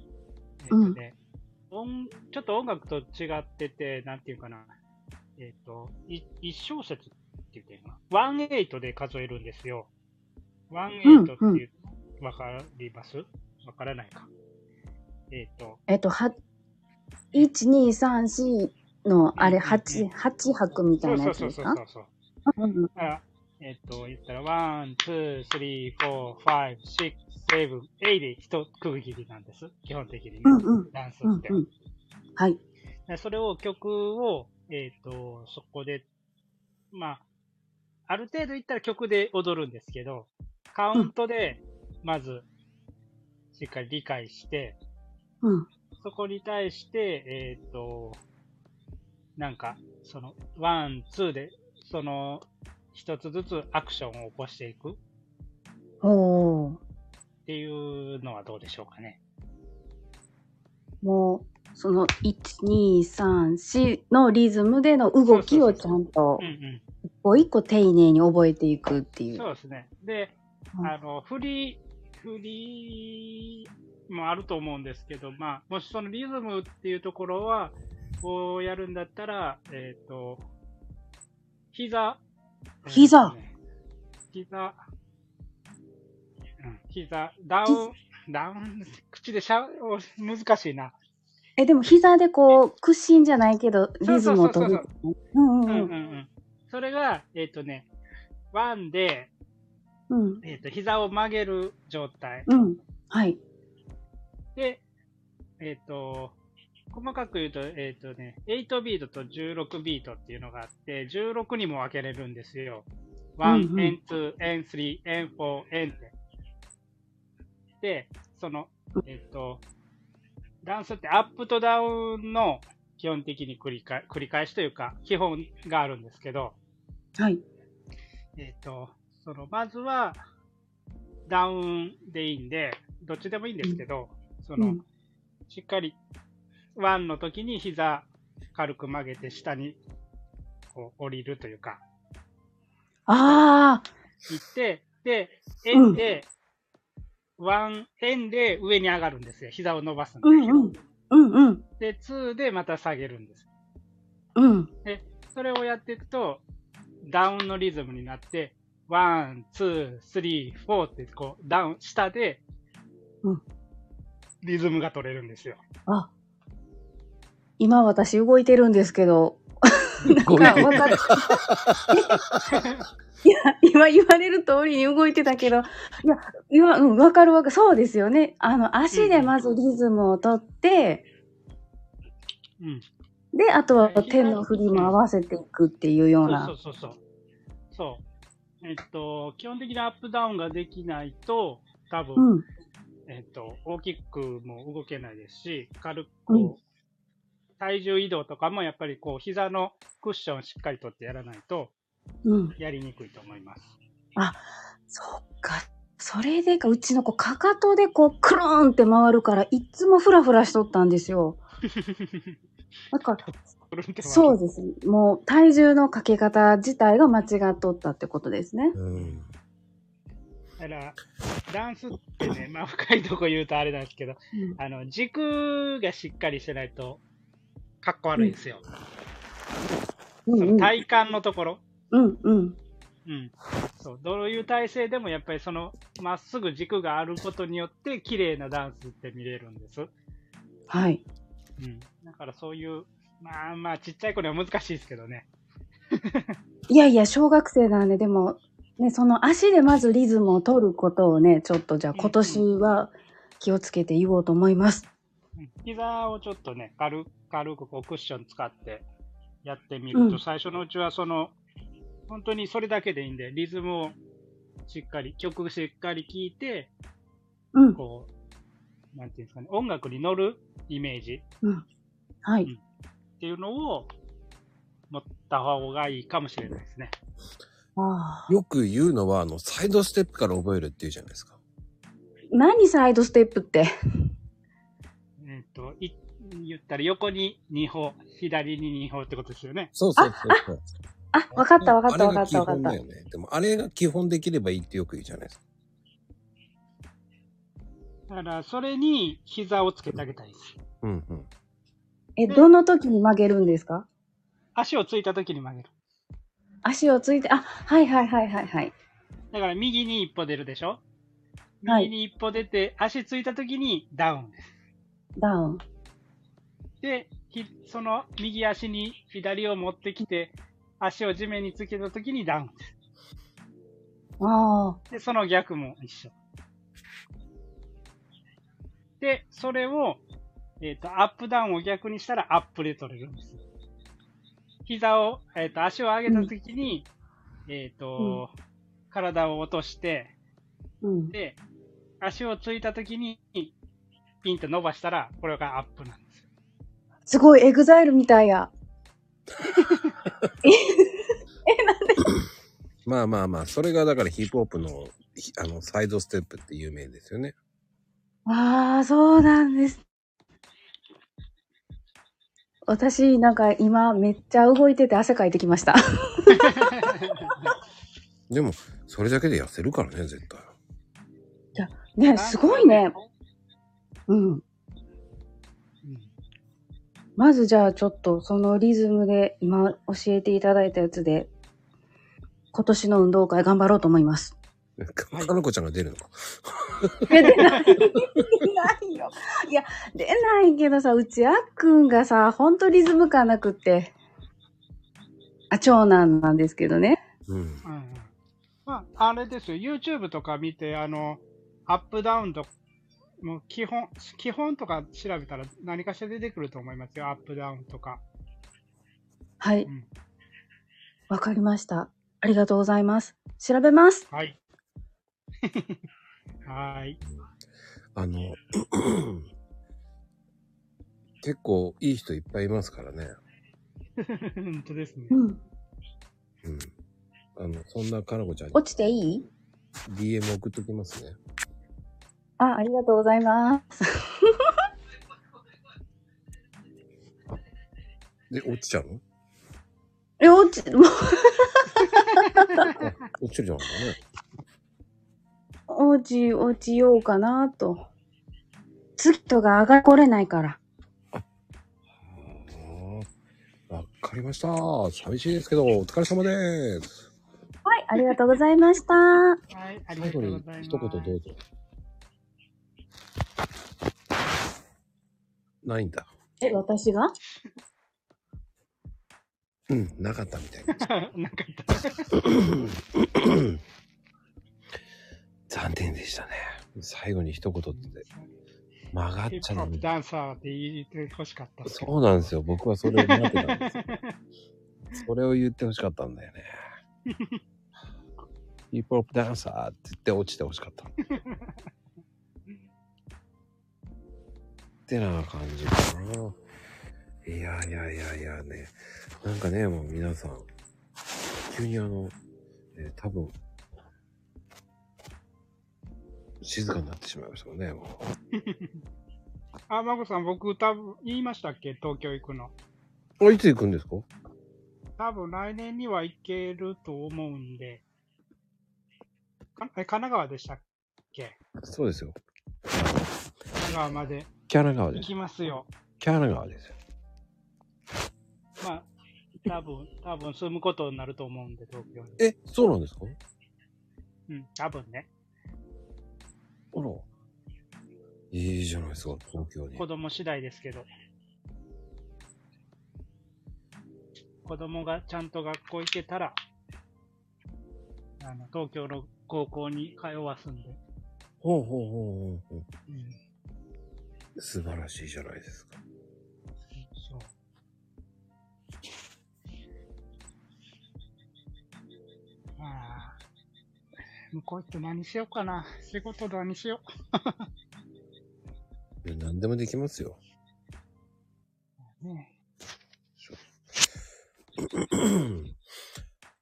S2: えっとね、音ちょっと音楽と違ってて、なんていうかな。えっと、い一小節って言っていいかな。ワンエイトで数えるんですよ。ワンエイトっていう、わ、かりますわからないか。えっと、
S8: えっとは
S2: うんうんう
S8: 1234のあれ
S2: ん
S8: 8, 8拍みたいなやつです
S2: そうそうそう
S8: か
S2: そうそう。
S8: うん
S2: だから、えっと、言ったら、ワン、ツー、スリー、フォー、ファイブ、シックス、セブン、エイで一区切りなんです。基本的にね。
S8: うんうん
S2: ダンス
S8: うん
S2: って。
S8: うんはい
S2: でそれを曲を、えっ、と、そこで、まあ、ある程度いったら曲で踊るんですけど、カウントで、まず、しっかり理解して、
S8: うん
S2: そこに対して、えっ、と、なんか、その、ワン、ツーで、その、一つずつアクションを起こしていくっ
S8: おー
S2: ていうのはどうでしょうかね。
S8: もうその1234のリズムでの動きをちゃんと
S2: うんうん。
S8: 一個一個丁寧に覚えていくっていう。
S2: そうですね。で、
S8: うん
S2: あの、振り、振りもあると思うんですけど、まあ、もしそのリズムっていうところは、こうやるんだったら、えっ、と、膝。
S8: 膝
S2: 膝。うん膝、ダウン、ダウン、口でしゃ、お難しいな。
S8: え、でも膝でこう、屈伸じゃないけど、リズムを取る。うんう
S2: うん
S8: ん
S2: うん
S8: うん。
S2: うん。それが、えっ、とね、ワンで、
S8: うん。
S2: えっ、と、膝を曲げる状態。
S8: うん。はい。
S2: で、えっ、と、細かく言うと、えっ、とね、8ビートと16ビートっていうのがあって、16にも分けれるんですよ。1、
S8: うんうん
S2: n 2、n 3、n 4、n って。で、その、えっ、と、ダンスってアップとダウンの基本的に繰り返繰り返しというか、基本があるんですけど、
S8: はい。
S2: えっ、と、その、まずは、ダウンでいいんで、どっちでもいいんですけど、その、
S8: うん
S2: しっかり、ワンの時に膝軽く曲げて下に、こう、降りるというか、
S8: ああ、
S2: 行って、で、円で、ワン、円で上に上がるんですよ。膝を伸ばすんです
S8: う
S2: よ。
S8: んうん。うんうん。
S2: で、ツーでまた下げるんです。
S8: うん。
S2: で、それをやっていくと、ダウンのリズムになって、ワン、ツー、スリー、フォーって、こう、ダウン、下で、
S8: うん
S2: リズムが取れるんですよ。
S8: あ、今私動いてるんですけど、なんかわかる。いや、今言われる通りに動いてたけど、いや、今、うん、わかるわかる。そうですよね。あの、足でまずリズムを取って、
S2: うん。
S8: で、あとは手の振りも合わせていくっていうような。
S2: そうそうそうそう。そう。えっと、基本的にアップダウンができないと、多分、
S8: うん。
S2: えっと、大きくも動けないですし、軽く
S8: うん
S2: こう、体重移動とかもやっぱりこう、膝のクッションをしっかりとってやらないと、
S8: うん。
S2: やりにくいと思い
S8: <laughs>
S2: ます。 <laughs>
S8: そっか。それでか、うちの子、かかとでこう、クローンって回るから、いっつもフラフラしとったんですよ。だから、そうです。もう、体重のかけ方自体が間違っとったってことですね。
S1: うん。
S2: だから、ダンスってね、 <laughs> まあ深いとこ言うとあれなんですけど、あの、軸がしっかりしてないと、かっこ悪いんですよ。
S8: うん
S2: そ
S8: うん
S2: の体幹のところ。
S8: うんうん。
S2: うん。そう。どういう体勢でもやっぱりその、まっすぐ軸があることによって、綺麗なダンスって見れるんです。
S8: はい。
S2: うん。だからそういう、まあまあ、ちっちゃい子には難しいですけどね。
S8: いやいや、小学生なんで、でも、ね、その足でまずリズムを取ることをね、ちょっとじゃあ今年は気をつけて言おうと思います。
S2: うん膝をちょっとね、軽く軽くこうクッション使ってやってみると、
S8: うん
S2: 最初のうちはその、本当にそれだけでいいんで、リズムをしっかり、曲しっかり聴いて、
S8: うん。
S2: こう、なんていうんですかね、音楽に乗るイメージ
S8: うん。はい。
S2: っていうのを持った方がいいかもしれないですね。
S8: ああ
S1: よく言うのは、あの、サイドステップから覚えるって言うじゃないですか。
S8: 何サイドステップって。
S2: えっ、と、い言ったら横に2歩、左に2歩ってことですよね。
S1: そうそうそうそう。
S8: あ、わかったわかったわかったわ
S1: あ
S8: か
S1: れが基本
S8: った
S1: だ。よね。でも、あれが基本できればいいってよく言うじゃないですか。
S2: だから、それに膝をつけてあげたいです。
S1: うんうん。
S8: え、どの時に曲げるんですか
S2: 足をついた時に曲げる。
S8: 足をついて、あ、はいはいはいはいはい。
S2: だから右に一歩出るでしょ
S8: は
S2: 右
S8: い。
S2: に一歩出て、足ついた時にダウンです。
S8: ダウン。
S2: で、ひその右足に左を持ってきて、足を地面につけた時にダウンです。
S8: ああ。
S2: で、その逆も一緒。で、それを、えっ、と、アップダウンを逆にしたらアップで取れるんです。膝を、えっ、と、足を上げた時に、えっ、と、体を落として、
S8: うん。
S2: で、足をついたときに、ピンと伸ばしたら、これがアップなんですよ。
S8: すごい、エグザイルみたいや。
S1: まあまあまあ、それがだからヒップホップの、ひあの、サイドステップって有名ですよね。
S8: ああ、そうなんです。私、なんか今めっちゃ動いてて汗かいてきま <laughs> した。
S1: でも、それだけで痩せるからね、絶対。
S8: ね、すごいね。うん。
S2: うん。
S8: まずじゃあちょっとそのリズムで今教えていただいたやつで、今年の運動会頑張ろうと思います。
S1: かのこちゃんが出るのか。
S8: 出ない。出ないよ。いや、出ないけどさ、うちあっくんがさ、ほんとリズム感なくって。あ、長男なんですけどね。
S1: うん。
S2: うんうん。まあ、あれですよ、YouTube とか見て、あの、アップダウンと、もう基本、基本とか調べたら何かしら出てくると思いますよ、アップダウンとか。
S8: は
S2: う
S8: い
S2: ん。
S8: わかりました。ありがとうございます。調べます。
S1: <laughs>
S2: はい。はーい。
S1: あの、 <clears throat> 結構いい人いっぱいいますからね。
S2: 本当ですね。
S8: うん。
S1: うん。あの、そんなかのこちゃんに
S8: 落ちていい
S1: DM 送っときますね。
S8: あ、ありがとうございます。
S1: で、落ちちゃうの
S8: え、落ち、 <laughs> もう、
S1: あ落ちるじゃんかね。
S8: 落ち、落ちようかなと。次とが上がこれないから。
S1: あわかりました。寂しいですけど、お疲れ様です。
S8: はい、ありがとうございました。
S2: はい、あ
S1: 最
S2: りがと
S1: 後
S2: うご
S1: に
S2: ざいます。
S1: 一言どうぞ。ないんだ。
S8: え、私が
S1: うん、なかったみたいです。
S2: <laughs> なかった。
S1: 残念でしたね。最後に一言って。曲がっ
S2: ヒッ
S1: ち
S2: プ
S1: ゃダ
S2: ホップ
S1: メ。
S2: ダンサーって言ってほしかった。
S1: そうなんですよ。僕はそれを待ってたんですよ。それを言ってほしかったんだよね。ヒップホップダンサーって言って落ちてほしかった。ってな感じかな。いやいやいやいやね。なんかね、もう皆さん、急にあの、えー多分、静かになってしまいましたもんね、もう。
S2: あ、まこさん、僕、多分言いましたっけ東京行くの。
S1: あいつ行くんですか
S2: 多分来年には行けると思うんで。かえ神奈川でしたっけ
S1: そうですよ。
S2: 神奈川まで
S1: キャラ川で
S2: 行
S1: す。
S2: きますよ。
S1: キャラ川ですよ。
S2: まあ、多分、多分住むことになると思うんで、東京に。
S1: え、そうなんですか
S2: うん、多分ね。
S1: あら。いいじゃないですか、東京に
S2: 子。供次第ですけど。子供がちゃんと学校行けたら、あの、東京の高校に通わすんで。
S1: ほうほうほうほうほ
S2: うん。
S1: う。素晴らしいじゃないですか。
S2: そう。ああ。向こう行って何しようかな。仕事何しよう。
S1: いや何でもできます <clears throat> よ。
S2: ね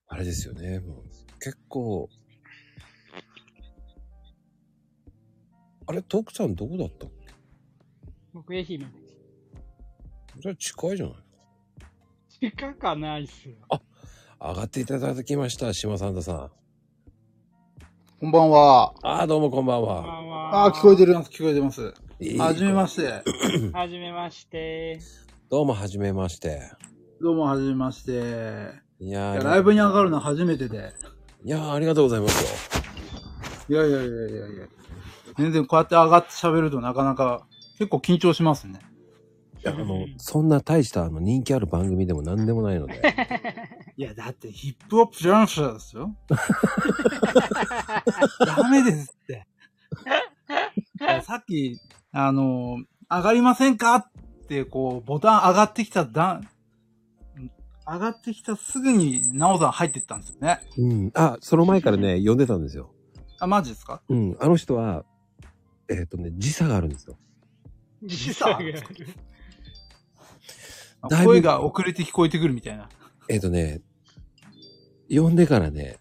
S1: あれですよね、もう結構。あれ、徳さんどこだったっ
S2: 僕、愛媛で
S1: けじゃあ近いじゃない
S2: す。近かないっすよ。
S1: 上がっていただきました、島サンタさん。
S9: こんばんは。
S1: ああ、どうもこんばんは。
S9: ああ、聞こえてるます、聞こえてます。
S1: いい
S9: はじめまして。
S2: る。はじめま
S9: <laughs>
S2: して。
S1: どうも、はじめまして。
S9: どうも、はじめまして。い
S1: いやー
S9: や、ライブに上がるの初めてで。
S1: いやーありがとうございますよ。
S9: いやいやいやいやいや。全然こうやって上がって喋るとなかなか結構緊張しますね。
S1: いや、あの、そんな大したあの人気ある番組でも何でもないので。 <laughs>
S9: いや、だってヒップホップジャンプーです <laughs> よ。ダメですって。さっき、あのー、上がりませんかって、こう、ボタン上がってきただん、上がってきたすぐに、なおさん入ってったんですよね。
S1: うん。あ、その前からね、呼んでたんですよ。
S9: あ、マジですか
S1: うん。あの人は、えっ、とね、時差があるんですよ。
S2: 時差があ
S9: <laughs>
S2: る
S9: あ
S1: だいぶ
S9: 声が遅れて聞こえてくるみたいな。
S1: えっ、とね、呼んでからね、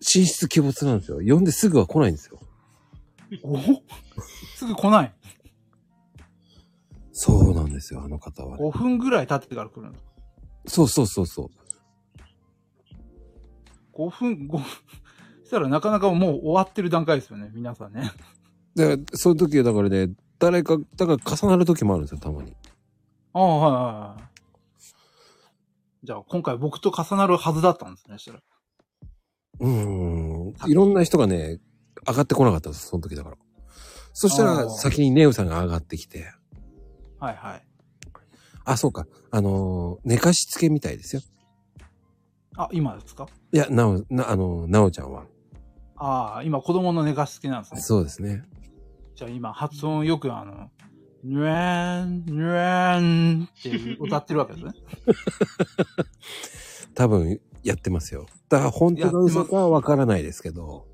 S1: 寝室鬼没なんですよ。呼んですぐは来ないんですよ。
S9: おすぐ来ない。
S1: そうなんですよ、あの方は、ね。
S9: 5分ぐらい経ってから来るの。
S1: そうそうそうそう。
S9: 5分、5分。したらなかなかもう終わってる段階ですよね、皆さんね。
S1: だから、そういう時はだからね、誰か、だから重なる時もあるんですよ、たまに。
S9: ああ、はいはいはい。じゃあ、今回僕と重なるはずだったんですね、したら。
S1: うん。いろんな人がね、上がってこなかったんです、その時だから。そした
S9: あ
S1: ら、
S9: ー
S1: 先にネウさんが上がってきて、
S9: はいはい。
S1: あ、そうか。あのー寝かしつけみたいですよ。
S9: あ、今ですか
S1: いや、なお、な、あのーなおちゃんは。
S9: ああ、今子供の寝かしつけなんですね。
S1: そうですね。
S9: じゃあ今発音よくあの、ニュエン、ニュエンっていう歌ってるわけですね。
S1: 多分、やってますよ。だから、本当か嘘かはわからないですけど。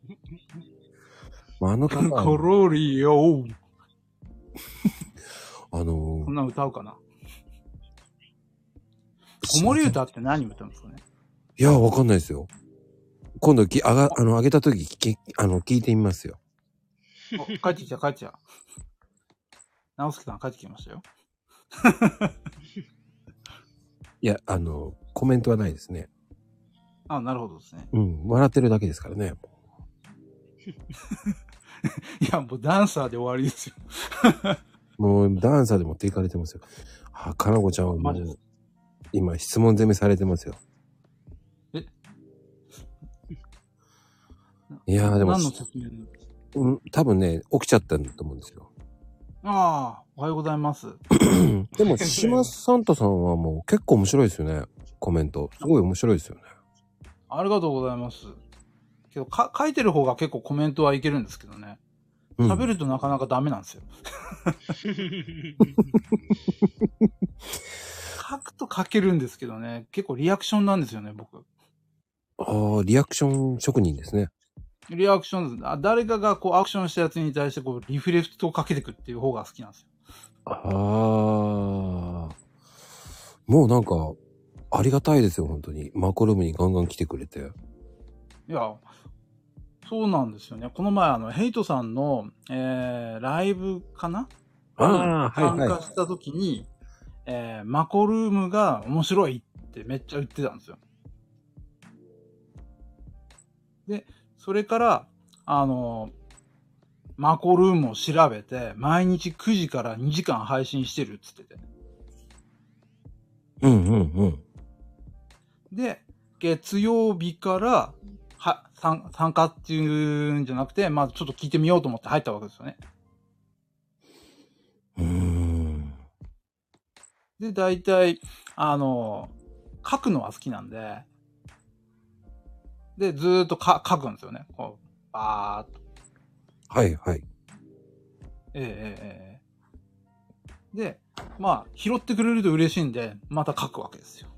S1: <laughs> まあ、あの方
S9: コ
S1: <laughs> は、
S9: ロリオ
S1: あの
S9: こん
S1: ー、
S9: な歌うかな。子守歌って何歌うんですかね
S1: いや、わかんないですよ。今度き、あが、あの、上げた時、き、あの、聞いてみますよ。
S9: あ帰ってきた、帰ってきた。直輔さん帰ってきましたよ。
S1: いや、あの、コメントはないですね。
S9: あ、なるほどですね。
S1: うん、笑ってるだけですからね。
S9: いや、もうダンサーで終わりですよ。
S1: もう、ダンサーで持っていかれてますよ。あ、かなこちゃんはもう、今質問攻めされてますよ。
S9: え
S1: いやーでも、
S9: 何の説明
S1: うん、多分ね、起きちゃったんだと思うんです
S9: <laughs>
S1: よ。
S9: ああ、おはようございます。
S1: でも、島サンタさんはもう結構面白いですよね。コメント。すごい面白いですよね。
S9: ありがとうございます。けど、か書いてる方が結構コメントはいけるんですけどね。
S1: うん
S9: 喋るとなかなかダメなんですよ。書くと書けるんですけどね、結構リアクションなんですよね、僕。
S1: ああ、リアクション職人ですね。
S9: リアクションです。あ誰かがこうアクションしたやつに対してこうリフレクトをかけてくっていう方が好きなんですよ。
S1: ああ。もうなんか、ありがたいですよ、本当に。マコルームにガンガン来てくれて。
S9: いや、そうなんですよね。この前、あの、ヘイトさんの、えー、ライブかな
S1: あーはいはい
S9: 参加した時に、えー、マコルームが面白いってめっちゃ言ってたんですよ。で、それから、あの、マコルームを調べて、毎日9時から2時間配信してるっつってて。
S1: うんうんうん。
S9: で、月曜日から、は、参参加っていうんじゃなくて、まあちょっと聞いてみようと思って入ったわけですよね。で、大体、あの、書くのは好きなんで、で、ずーっとか書くんですよね。こう、ばーっと。
S1: はいはい。
S9: ええええええで、まあ、拾ってくれると嬉しいんで、また書くわけですよ。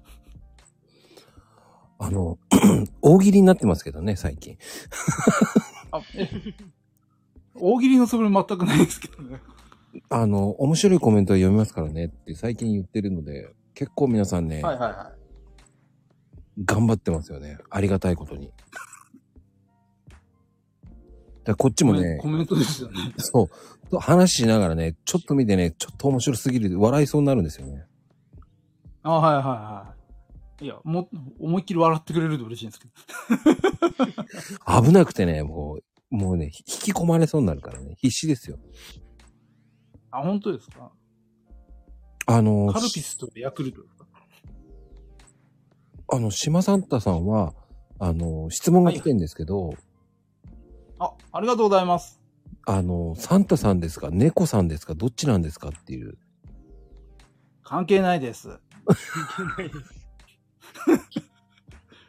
S1: あの、 <clears throat> 大喜利になってますけどね、最近。
S9: あ、え <laughs> 大喜利の素振り全くないですけどね。
S1: あの、面白いコメントを読みますからねって最近言ってるので、結構皆さんね、
S9: はいはいはい。
S1: 頑張ってますよね。ありがたいことに。だからこっちもね、
S9: コメントですよね。
S1: そう、話しながらね、ちょっと見てね、ちょっと面白すぎる、笑いそうになるんですよね。
S9: あ、はいはいはい。いや、も、思いっきり笑ってくれると嬉しいんですけど。
S1: 危なくてね、もう、もうね、ひ引き込まれそうになるからね、必死ですよ。
S9: あ、本当ですか
S1: あの、
S9: カルピスとヤクルトですか
S1: あの、島サンタさんは、あの、質問が来てんですけど、
S9: あ、ありがとうございます。
S1: あの、サンタさんですか、猫さんですか、どっちなんですかっていう。
S9: 関係ないです。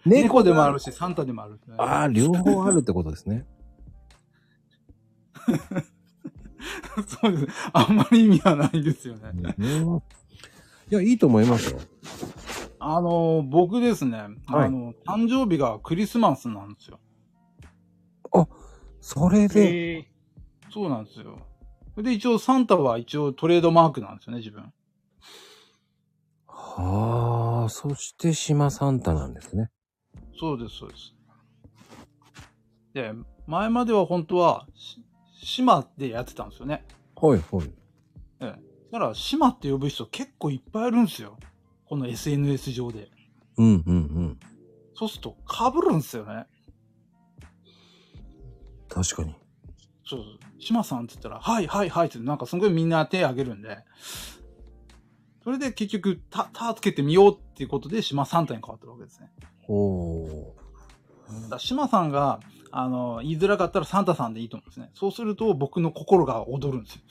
S1: 猫
S9: 猫でもあるし、サンタでもある。
S1: ああ、両方あるってことですね。
S9: <laughs> そうです。あんまり意味はないですよね。
S1: うんいや、いいと思いますよ。
S9: あの、僕ですね、
S1: はい
S9: あの、誕生日がクリスマスなんですよ。
S1: それで、
S9: そうなんですよ。で、一応、サンタは一応トレードマークなんですよね、自分。
S1: はあ、そして島サンタなんですね。
S9: そうです、そうです。で、前までは本当は、し島でやってたんですよね。
S1: はいはい。
S9: ええ。だから、島って呼ぶ人結構いっぱいいるんですよ。この SNS 上で。
S1: うんうんうん。
S9: そうすると、被るんですよね。
S1: 確かに。
S9: そうそう。島さんって言ったら、はいはいはいって、なんかすごいみんな手挙げるんで。それで結局、た、たつけてみようっていうことで、島サンタに変わってるわけですね。
S1: おー。
S9: だから島さんが、あの、言いづらかったらサンタさんでいいと思うんですね。そうすると、僕の心が踊るんですよ。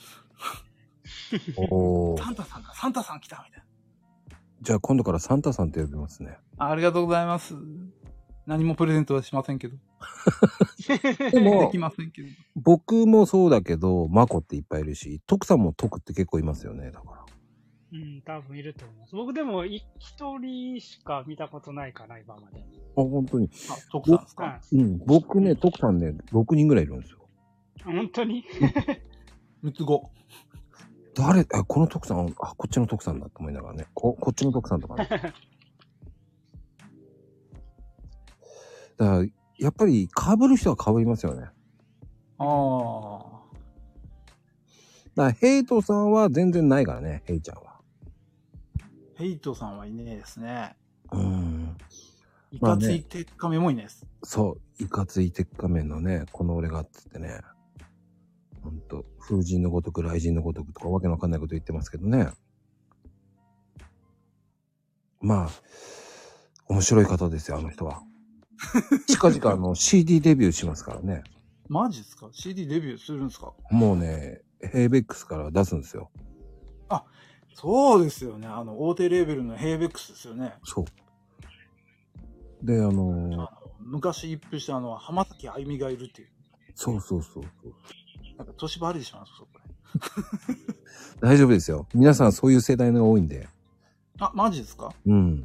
S1: おー
S9: サンタさんだ、サンタさん来たみたい
S1: じゃあ今度からサンタさんって呼びますね。
S9: な。ありがとうございます。何もプレゼントはしませんけ <laughs> ど。
S1: でも
S9: でき、ませんけど。
S1: 僕もそうだけど、マコっていっぱいいるし、徳さんも徳って結構いますよね、だから。
S2: うん、多分いると思います。僕でもい一人しか見たことないかな、今まで。
S1: あ、本当に。
S9: あ、徳さんです
S2: は
S9: か
S2: い。
S1: うん、僕ね、徳さんね、6人ぐらいいるんですよ。
S2: 本当に
S9: 三つ子。
S1: 誰、あ、この徳さん、あ、こっちの徳さんだと思いながらね、こ、こっちの徳さんとか
S9: <laughs>
S1: ね。だから、やっぱり被る人は被りますよね。
S9: あ
S1: だから、ヘイトさんは全然ないからね、ヘイちゃんは。
S9: あ。ヘイトさんはいねえですね。
S1: うん。
S9: い
S1: まあ
S9: か
S1: ね
S9: ついてっかめもいないです。
S1: そう、いかつい鉄仮面のね、この俺がっつってね、ほんと、風神のごとく、雷神のごとくとかわけのわかんないこと言ってますけどね。まあ、面白い方ですよ、あの人は。近々あの CD デビューしますからね。
S9: マジですか ?CD デビューするんですか
S1: もうね、ヘイベックスから出すんですよ。
S9: そうですよね。あの、大手レーベルのヘイベックスですよね。
S1: そう。で、あのー
S9: 昔一風したあの、浜崎あゆみがいるっていう。
S1: そうそうそうそう。
S9: なんか、年ばりします、そこ。
S1: 大丈夫ですよ。皆さんそういう世代が多いんで。
S9: あ、マジですか
S1: うん。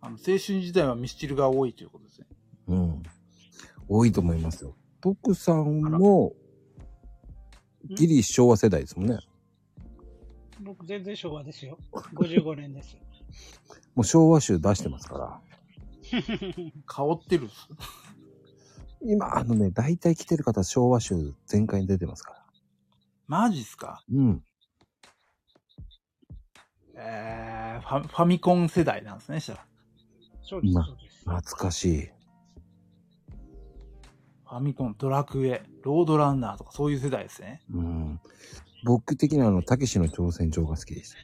S9: あの、青春時代はミスチルが多いということですね。
S1: うん。多いと思いますよ。徳さんも、ギリ昭和世代ですもんね。
S2: 僕全然昭和です
S9: <laughs>
S2: よ。55年です。
S1: もう昭和集出してますから。
S9: 香ってるっす。
S1: 今、あのね、大体来てる方、昭和集全開に出てますから。
S9: マジっすか
S1: うん。
S9: えー、ファファミコン世代なんですね、したら。
S2: そう
S1: です。懐かしい。
S9: ファミコン、ドラクエ、ロードランナーとかそういう世代ですね。
S1: うん。僕的にはあの、たけしの挑戦状が好きでした。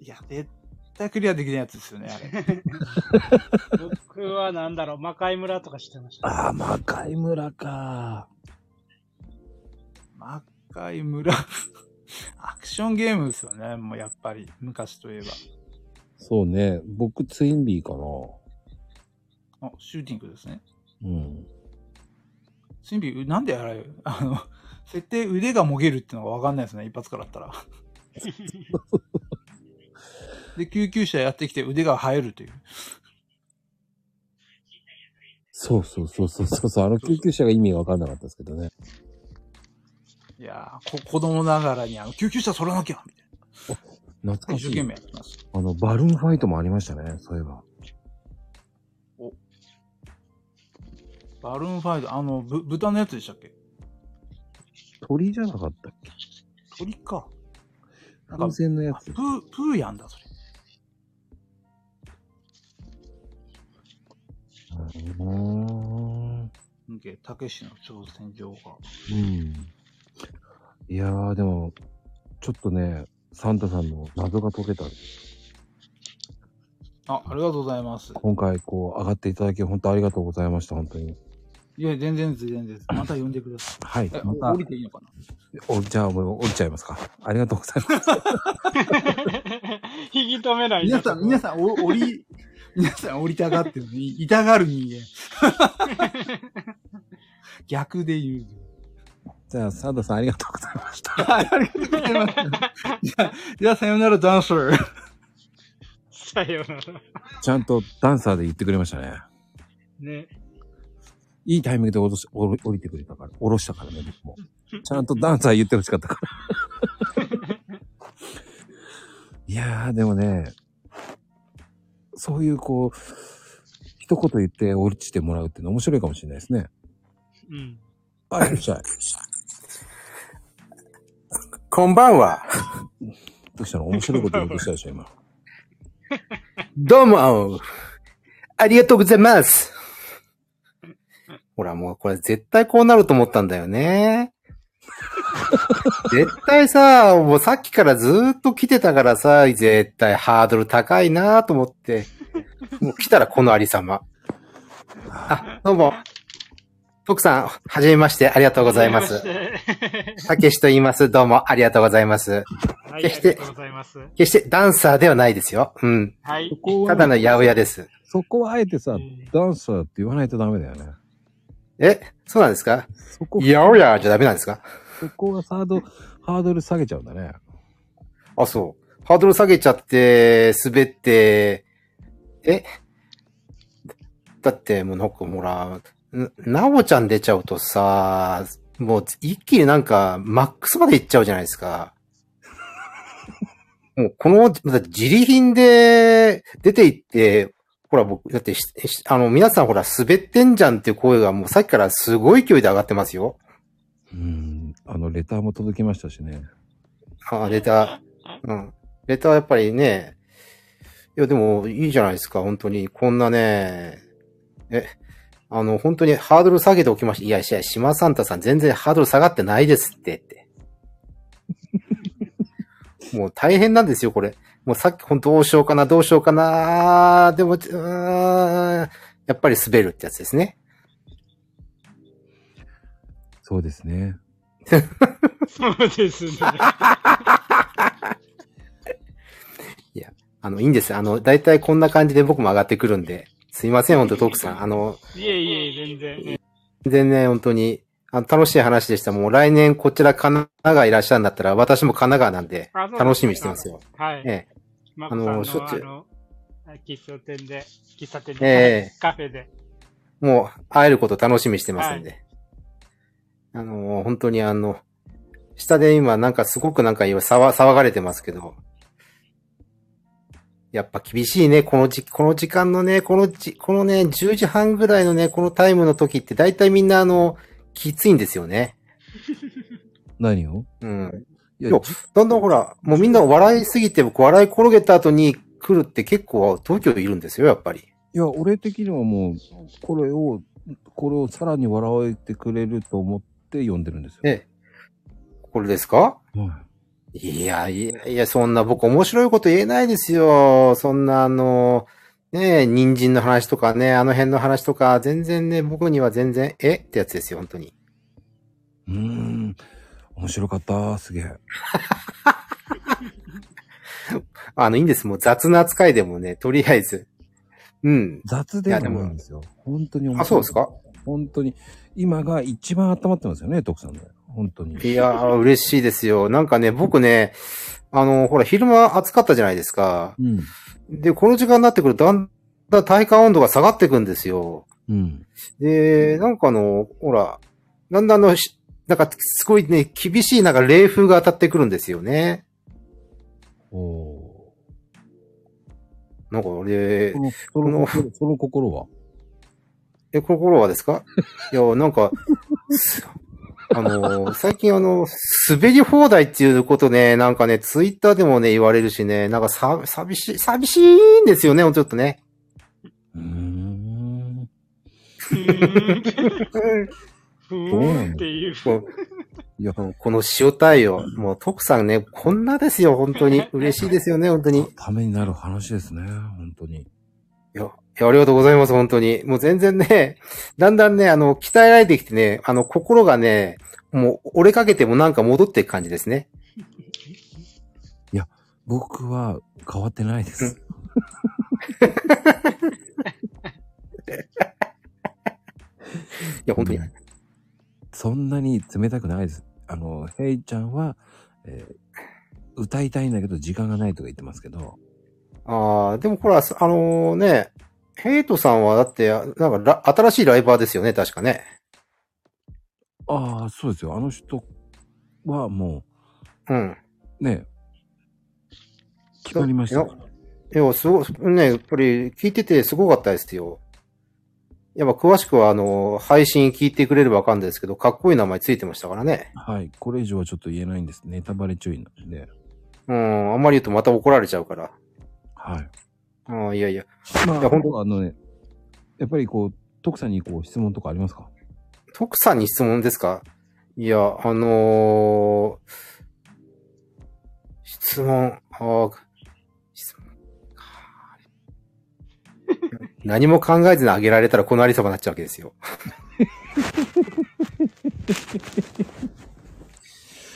S9: いや、絶対クリアできないやつですよね、あ <laughs> れ。
S2: 僕はなんだろう、魔界村とか知ってま <laughs> した。
S1: ああ、魔界村か。
S9: 魔界村。 <laughs> アクションゲームですよね、もうやっぱり。昔といえ
S1: そうね。僕、ツインビーかな。
S9: ば。あ、シューティングですね。
S1: うん。
S9: シンビ、うなんであれ、 <laughs> あの、設定腕がもげるってのがわかんないですね、一発から
S1: <laughs>
S9: だったら。で、救急車やってきて腕が生えるという。
S1: そうそうそうそうそうそう。あの救急車が意味わかんなかったですけどね。
S9: いやー、こ子供ながらに、あの、救急車取らなきゃみたい
S1: 懐
S9: な。
S1: か
S9: 一生
S1: し
S9: 懸
S1: い
S9: 命。やってます。
S1: あの、バルーンファイトもありましたね。そういえば。
S9: バルーンファイト、あの、ぶ豚のやつでしたっけ
S1: 鳥じゃなかったっけ
S9: 鳥か。なんか
S1: 風、船のやつ
S9: プ。ー、プーやんだ、それ。
S1: うーん。
S9: うんけ、たけしの挑戦状が。
S1: うん。いやー、でも、ちょっとね、サンタさんの謎が解けたんで。
S9: あ、ありがとうございます。
S1: 今回、こう、上がっていただき、本当ありがとうございました。本当に。
S9: いや、全然です、全然です。また呼んでくださ
S1: はい。
S9: い。え、
S1: ま
S9: 降り
S1: た、
S9: ていいのかな
S1: おじゃあ、もう降りちゃいますか。ありがとうございます。
S2: 引き止めない
S9: 皆さん、皆さん、お降り、 <laughs> 皆さん降りたがってる、い痛がる人間。 <laughs> 逆で言う。
S1: じゃあ、サンタさんありがとうございました。
S9: はい、 <laughs> ありがとうございます。 <laughs> じゃあ、じゃあさよなら、ダンサー。
S2: さよなら。
S1: ちゃんとダンサーで言ってくれましたね。
S2: ね。
S1: いいタイミングで降ろし降ろ降りてくれたから、降ろしたからね、僕も。ちゃんとダンサー言ってほしかったから。 <laughs> いやー、でもね、そういうこう、一言言って降りてもらうっていうの面白いかもしれないですね。
S2: うん。
S1: あ、いらっしゃい。
S6: <laughs> こんばんは。
S1: どうしたの面白いこと言おうとしたでしょ、今。
S6: どうも。ありがとうございます。ほら、もうこれ絶対こうなると思ったんだよね。絶対さ、もうさっきからずーっと来てたからさ、絶対ハードル高いなと思って。もう来たらこのありさま。あ、どうも。徳さん、はじめまして、ありがとうご
S2: ご
S6: ざいます。たけしと言います。どうも、ありがとうございます。
S2: はい、あ
S6: 決
S2: り
S6: して
S2: がとうございます。
S6: 決してダンサーではないですよ。うん。
S2: はい
S1: そ。こ
S6: ただ
S1: は、
S6: の八百屋です。
S1: そこはあえてさ
S2: ん、
S1: ダンサーって言わないとダメだよね。
S6: え、そうなんですか
S1: そこ、
S6: やおやじゃダメなんですか
S1: そこはサード、ハードル下げちゃうんだね。
S6: あ、そう。ハードル下げちゃって、滑って、えだって、もうなんかほら、ななおちゃん出ちゃうとさ、もう一気になんか、マックスまでいっちゃうじゃないですか。もうこの、だって自利品で出ていって、ほら僕、だってししあの、皆さんほら、滑ってんじゃんっていう声がもうさっきからすごい勢いで上がってますよ。
S1: うん。あの、レターも届きましたしね。
S6: あ、レター。うん。レターやっぱりね、いや、でも、いいじゃないですか、本当に。こんなね、え、あの、本当にハードル下げておきました。いや、いや、島サンタさん全然ハードル下がって <laughs> ないですって、って。もう大変なんですよ、これ。もうさっき本当どうしようかな、どうしようかな、でも、うーんやっぱり滑るってやつですね。
S1: そうですね。
S2: そうですね。
S6: いや、あの、いいんですよ。あの、だいたいこんな感じで僕も上がってくるんで。すいません、本当トークさん。あの、
S2: いえいえ、全然。
S6: 全然本当に、あの楽しい話でした。もう来年こちら神奈川いらっしゃるんだったら、私も神奈川なんで
S2: あそう、ですね
S6: 楽しみにしてますよ。
S2: はい。
S6: ええ
S2: マ
S6: あ
S2: コさん
S6: の、
S2: の
S6: しょっちゅ
S2: あ
S6: う、
S2: の喫茶店で、喫茶店で、
S6: ええ
S2: カフェで。
S6: もう会えること楽しみにしてますんで。あの、本当にあの、下で今なんかすごくなんか今騒騒がれてますけど、やっぱ厳しいね、この時、この時間のね、このじ、このね、10時半ぐらいのね、このタイムの時って大体みんなあの、きついんですよね。
S1: 何を
S6: うん。
S1: いや
S6: いや、だんだんほら、もうみんな笑いすぎて、僕笑い転げた後に来るって結構東京いるんですよ、やっぱり。
S1: いや、俺的にはもう、これを、これをさらに笑えてくれると思って読んでるんですよ。
S6: ええ。これですか
S1: はい
S6: やいやいや、そんな僕面白いこと言えないですよ。そんなあの、ねえ、人参の話とかね、あの辺の話とか、全然ね、僕には全然、えってやつですよ、本当に。
S1: うーん。面白かった。すげえ。
S6: あの、いいんです。もう雑な扱いでもね、とりあえず。うん。
S1: 雑ではないんですよ。本当に面白い。
S6: あ、そうですか
S1: 本当に。今が一番温まってますよね、徳さんね。本当に。
S6: いやー、嬉しいですよ。なんかね、僕ね、あの、ほら、昼間暑かったじゃないですか。
S1: うん。
S6: で、この時間になってくると、だんだん体感温度が下がってくんですよ。
S1: うん。
S6: で、なんかあの、ほら、だんだんあのし、なんか、すごいね、厳しい、なんか冷風が当たってくるんですよね。
S1: お
S6: なんか、俺
S1: ー。こ、の、その心、その心は
S6: え、この頃はですかいや、なんか、すあの、最近あの、滑り放題っていうことね、なんかね、ツイッターでもね、言われるしね、なんかさ、寂しい、寂しいんですよね、ほんとちょっとね。
S1: <laughs> うーん。
S2: ふ
S1: どうな
S2: ーん
S1: ん
S2: っ
S1: だ
S2: ていう。
S6: こ
S1: いや、
S6: うこの塩対応、もう、徳さんね、こんなですよ、本当に。嬉しいですよね、本当に。
S1: ためになる話ですね。本当に。
S6: いや、いやありがとうございます、本当に。もう全然ね、だんだんね、あの、鍛えられてきてね、あの、心がね、もう、折れかけてもなんか戻っていく感じですね。
S1: 僕は変わってないです。
S6: いや、本当に。
S1: うんそんなに冷たくないです。あの、ヘイちゃんは、えー歌いたいんだけど時間がないとか言ってますけど、
S6: ああ、でもこれは、あのね、ヘイトさんはだって、なんかラ、新しいライバーですよね、確かね。
S1: ああ、そうですよ。あの人はも
S6: うん。
S1: う、ね、決まりましたから。
S6: いや、すごい、ね、やっぱり聞いててすごかったですよ。やっぱ詳しくは、あの、配信聞いてくれればわかるんですけど、かっこいい名前ついてましたからね。
S1: はい。これ以上はちょっと言えないんです。ネタバレ注意なんで。
S6: うん、あんまり言うとまた怒られちゃうから。
S1: はい。
S6: うん、いやいや。
S1: ま
S6: いや
S1: あ、
S6: 本
S1: 本
S6: 当
S1: 当あのね、やっぱりこう、徳さんにこう質問とかありますか
S6: 徳さんに質問ですかいや、あのー質問、あー質問 <laughs> か何も考えずにあげられたらこのありさまになっちゃうわけですよ。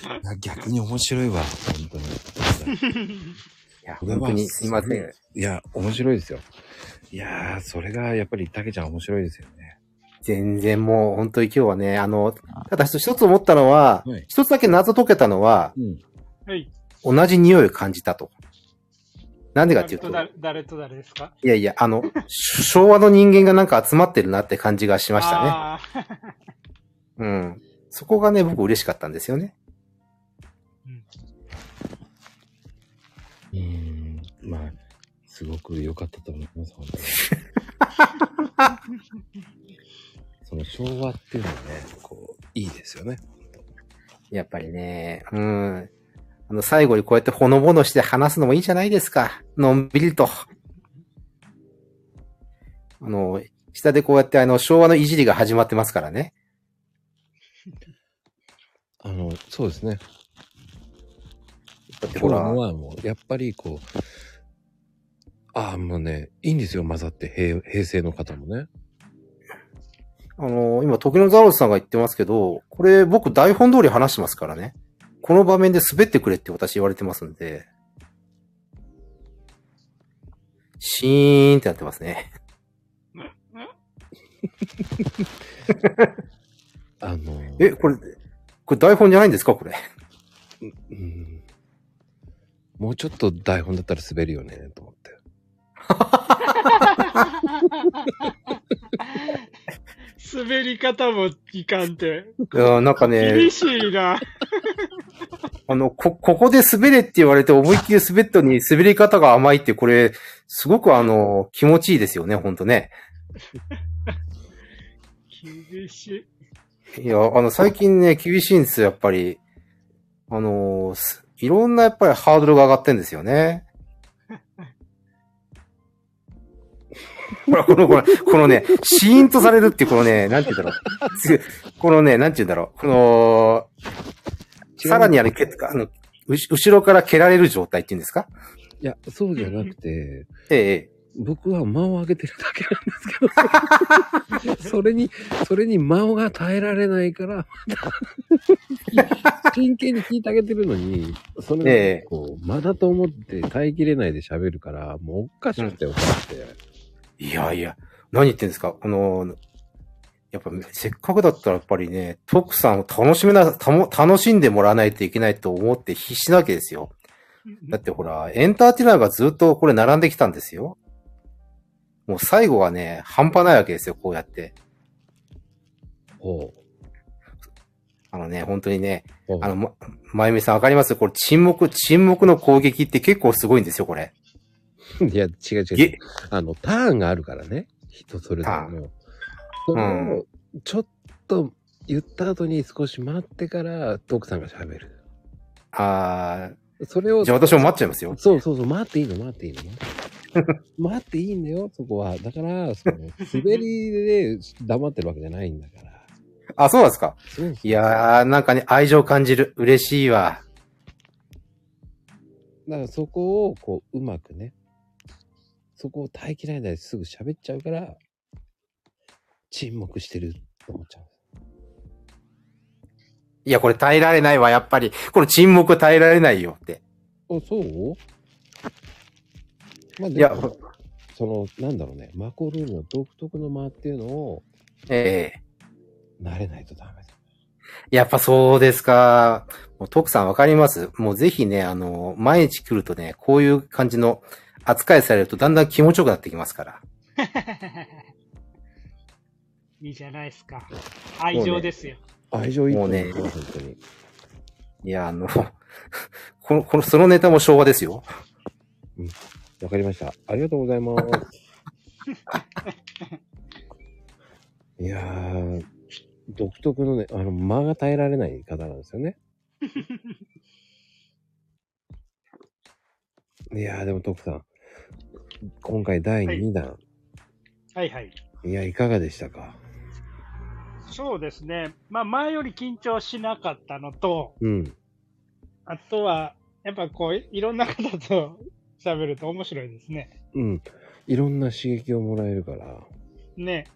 S1: いや逆に面白いわ。本当に。
S6: いや、
S1: これは
S6: 本当にすいません。
S1: いや、面白いですよ。いやー、それがやっぱり、たけちゃん面白いですよね。
S6: 全然もう本当に今日はね、あの、ただ一つ思ったのは
S1: はい、
S6: 一つだけ謎解けたのは、
S1: うん。
S2: はい。
S6: 同じ匂いを感じたと。なんでかっていうと、
S2: 誰誰と誰ですか
S6: いやいや、あの、 <laughs> 昭和の人間がなんか集まってるなって感じがしましたね。
S2: あー <laughs>
S6: うん。そこがね、僕嬉しかったんですよね。
S2: うん
S1: うーん。まあ、すごく良かったと思います、本 <laughs> 当に。その昭和っていうのはね、こう、いいですよね。
S6: やっぱりね、うん。あの、最後にこうやってほのぼのして話すのもいいじゃないですか。のんびりと。あの、下でこうやってあの、昭和のいじりが始まってますからね。
S1: あの、そうですね。だってほら。今日のはもう、やっぱりこう、ああ、もうね、いいんですよ、混ざって、平平成の方もね。
S6: あのー今、時のザロスさんが言ってますけど、これ僕台本通り話してますからね。この場面で滑ってくれって私言われてますんで。シーンってなってますね。
S1: あの
S6: え、これ、これ台本じゃないんですかこれ。
S1: うんもうちょっと台本だったら滑るよね、と思って。
S2: 滑り方もいかんて。
S6: いやーなんかね
S2: 厳、しいな。
S6: あの、こ、ここで滑れって言われて思いっきり滑ったのに滑り方が甘いって、これ、すごくあの、気持ちいいですよね、ほんとね。
S2: 厳しい。
S6: いや、あの、最近ね、厳しいんですよ、やっぱり。あのーすいろんなやっぱりハードルが上がってんですよ <laughs> ね。ほら、この、この、このね、シーンとされるっていう、このね、なんて言うんだろうつ。このね、なんて言うんだろう。この、さらにあれ、けあの、うし後ろから蹴られる状態っていうんですか
S1: いや、そうじゃなくて、
S6: え
S1: 僕は間を上げてるだけなん <laughs> ですけど、それに、それに間が耐えられないから、まだ、真剣に聞いてあげてるのに、そ
S6: ええ
S1: れをこう、間だと思って耐えきれないで喋るから、もうおっかしくておかしくて。
S6: えいやいや、何言ってんですかこの、やっぱ、せっかくだったらやっぱりね、徳さんを楽しめな、たも楽しんでもらわないといけないと思って必死なわけですよ。だってほら、エンターテイナーがずっとこれ並んできたんですよ。もう最後はね、半端ないわけですよ、こうやって。
S1: ほう。
S6: あのね、本当にね、
S1: ほう
S6: あの、ま、まゆみさんわかりますこれ沈黙、沈黙の攻撃って結構すごいんですよ、これ。
S1: <laughs> いや、違う違う違う。
S6: げ、
S1: あの、ターンがあるからね。人それぞれの。それを、ちょっと言った後に少し待ってから、トークさんが喋る。
S6: あ
S1: それを
S6: ー、じゃあ私も待っちゃいますよ。
S1: そうそうそう、待っていいの、待っていい
S6: <laughs>
S1: の。待っていいんだよ、そこは。だから、
S6: <laughs>
S1: その、滑りで黙ってるわけじゃないんだから。
S6: あ、そうなんですか
S1: そう
S6: いやー、なんかね、愛情感じる。嬉しいわ。
S1: だからそこを、こう、うまくね。そこを耐えきられないですぐ喋っちゃうから、沈黙してると思っちゃう。
S6: いや、これ耐えられないわ、やっぱり。この沈黙耐えられないよって。
S1: あ、そうまあ、
S6: い
S1: で
S6: や、
S1: も、その、なんだろうね、マコルームの独特の間っていうのを、
S6: ええ
S1: 慣れないとダメだ。
S6: やっぱそうですか。もう徳さんわかりますもうぜひね、あの、毎日来るとね、こういう感じの扱いされるとだんだん気持ちよくなってきますから。
S2: <laughs> いいじゃないですか。愛情ですよ。
S1: 愛情いっぱいだよ
S6: もうね
S1: 本当に。
S6: いや、あの、 <laughs> この、この、そのネタも昭和ですよ。
S1: わかりました。ありがとうござい <laughs> ます。いやー、独特のね、あの、間が耐えられない方なんですよ <laughs> ね。いやー、でも徳さん、今回第2弾、
S2: はいはい。
S1: い、や、いかがでしたか
S2: そうですね。まあ前より緊張しなかったのと、
S1: うん。
S2: あとは、やっぱこう、いろんな方と <laughs> 喋ると面白いですね。
S1: うん。いろんな刺激をもらえるから、
S2: ね。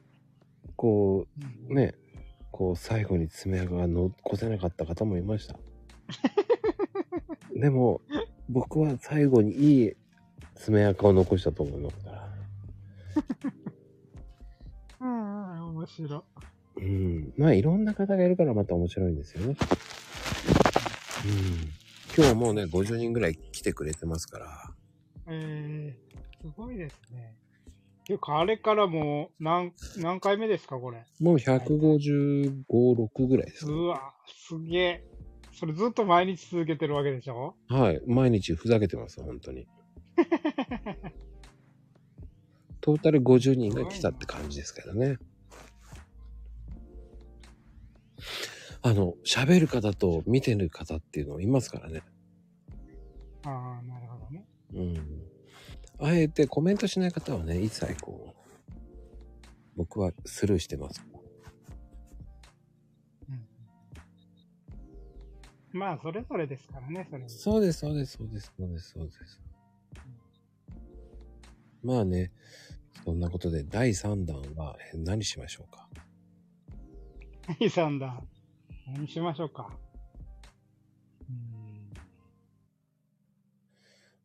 S1: こう、ね、こう、最後に爪痕が残せなかった方もいました。でも、僕は最後にいい爪痕を残したと思いますから。
S2: うん、面白い。
S1: うん。まあ、いろんな方がいるからまた面白いんですよね。うん。今日はもうね、50人ぐらい来てくれてますから。
S2: えー、すごいですね。ていうか、あれからもう何、何回目ですか、これ。
S1: もう155、6ぐらいですかね
S2: うわ、すげえ。それずっと毎日続けてるわけでしょ <laughs>
S1: はい。毎日ふざけてます、本当に。トータル50人が来たって感じですけどね。あの、喋る方と見てる方っていうのいますからね。
S2: ああ、なるほどね。
S1: うん。あえてコメントしない方はね、一切こう、僕はスルーしてます。
S2: まあ、それぞれですからね、それ。
S1: そうです、そうです、そうです、そうです、そうです。まあね、そんなことで第3弾はえ何しましょうか。
S2: 第3弾。何しましょうか。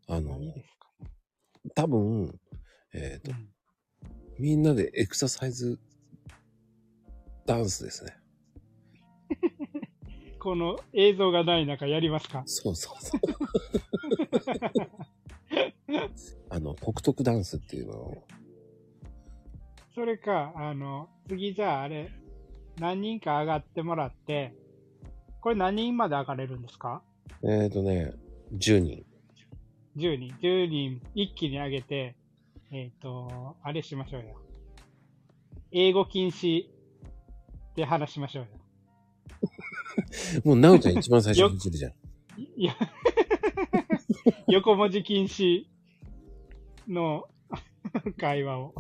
S1: あの、多分、えっ、と、みんなでエクササイズダンスですね。
S2: この映像がない中やりますか
S1: そうそうそう。 <laughs> あの、北徳ダンスっていうのを、
S2: それか、あの、次じゃああれ、何人か上がってもらって、これ何人まで上がれるんですか
S1: えっ、とね、10人。
S2: ?10 人。10人一気に上げて、えっ、と、あれしましょうよ。英語禁止で話しましょうよ。
S1: もう、なおちゃん一番最初に来るじゃん。
S2: いや、横文字禁止の <laughs> 会話を。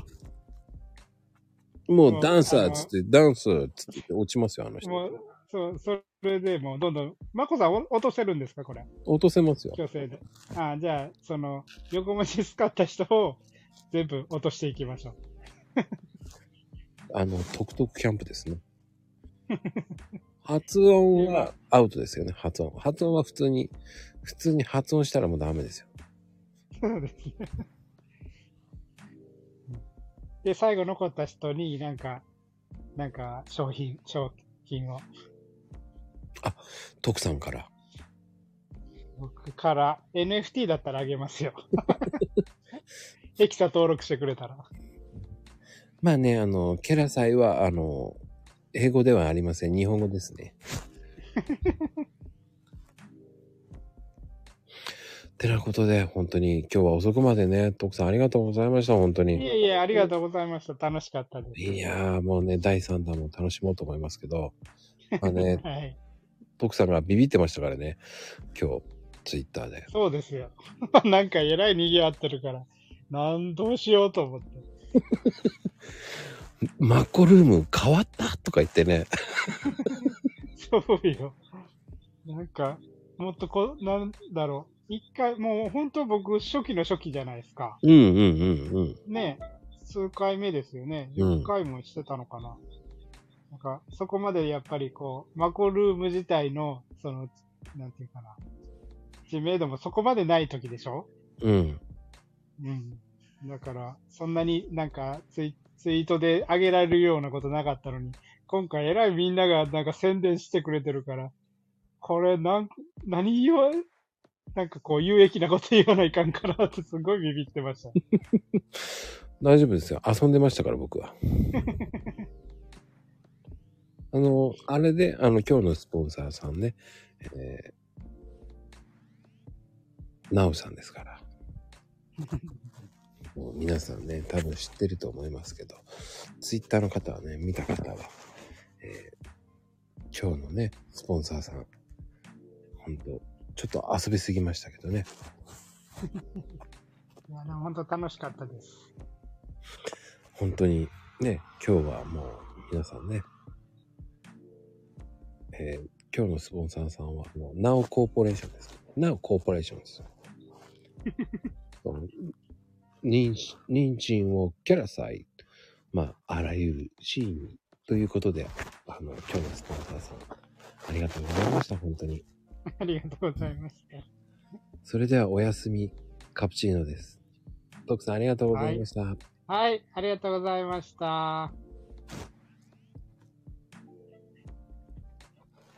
S1: もうダンサーっつって、ダンスっつって落ちますよ、あの人。
S2: もう、そう、それでもうどんどん、まこさんお落とせるんですか、これ。
S1: 落とせますよ。
S2: 強制で。ああ、じゃあ、その、横文字使った人を全部落としていきましょう。
S1: あの、トクトクキャンプです <laughs> ね。発音はアウトですよね、発音。発音は普通に、普通に発音したらもうダメですよ。
S2: そうですね。で、最後残った人になんか、なんか商品、商品を
S1: トクさんから。
S2: 僕から NFT だったらあげ <laughs> ますよ。エキサ登録してくれたら。
S1: まあね、あの、ケラ祭は、あの、英語ではありません。日本語です <laughs> ね。てなことで、本当に今日は遅くまでね、徳さんありがとうございました、本当
S2: い
S1: に。
S2: えいえ、ありがとうございました。楽しかったです。、
S1: いやー、もうね、第3弾も楽しもうと思いますけど、まあね
S2: はい。
S1: 徳さんがビビってましたからね、今日、ツイッターで。 <laughs>
S2: そうですよ。 <laughs> なんかえらい賑わってるから、なんどうしようと思って。
S1: マッコルーム変わったとか言ってね。
S2: そうよ。なんか、もっとこ、なんだろう。一回、もう本当僕、初期の初期じゃないですか。
S1: うんうんうんうん。
S2: ねえ、数回目ですよね。
S1: うん
S2: 4回もしてたのかな。なんか、そこまでやっぱりこう、マコルーム自体の、その、なんていうかな、知名度もそこまでない時でしょ
S1: うん。
S2: うん。だから、そんなになんかツイ、ツイートで上げられるようなことなかったのに、今回えらいみんながなんか宣伝してくれてるから、これなん、何言わ、なんかこう有益なこと言わないかんかなってすごいビビってました。
S1: 大丈夫ですよ。遊んでましたから、僕は。あの、あれで、あの、今日のスポンサーさんね、えー、なおさんですから。もう皆さんね、多分知ってると思いますけど、ツイッターの方はね、見た方は、えー、今日のね、スポンサーさん、ほんと、ちょっと遊びすぎましたけどね。
S2: いや、でも本当楽しかったです。
S1: 本当にね、今日はもう皆さんね、えー今日のスポンサーさんはもう、ナオコーポレーションです。ナオコーポレーションです。そう認知認知をキャラさい、まあ、あらゆるシーンにということで、あの、今日のスポンサーさん、ありがとうございました、本当に。
S2: ありがとうございました。
S1: それではおやすみ、カプチーノです。徳さん、ありがとうございました。
S2: はい、ありがとうございました。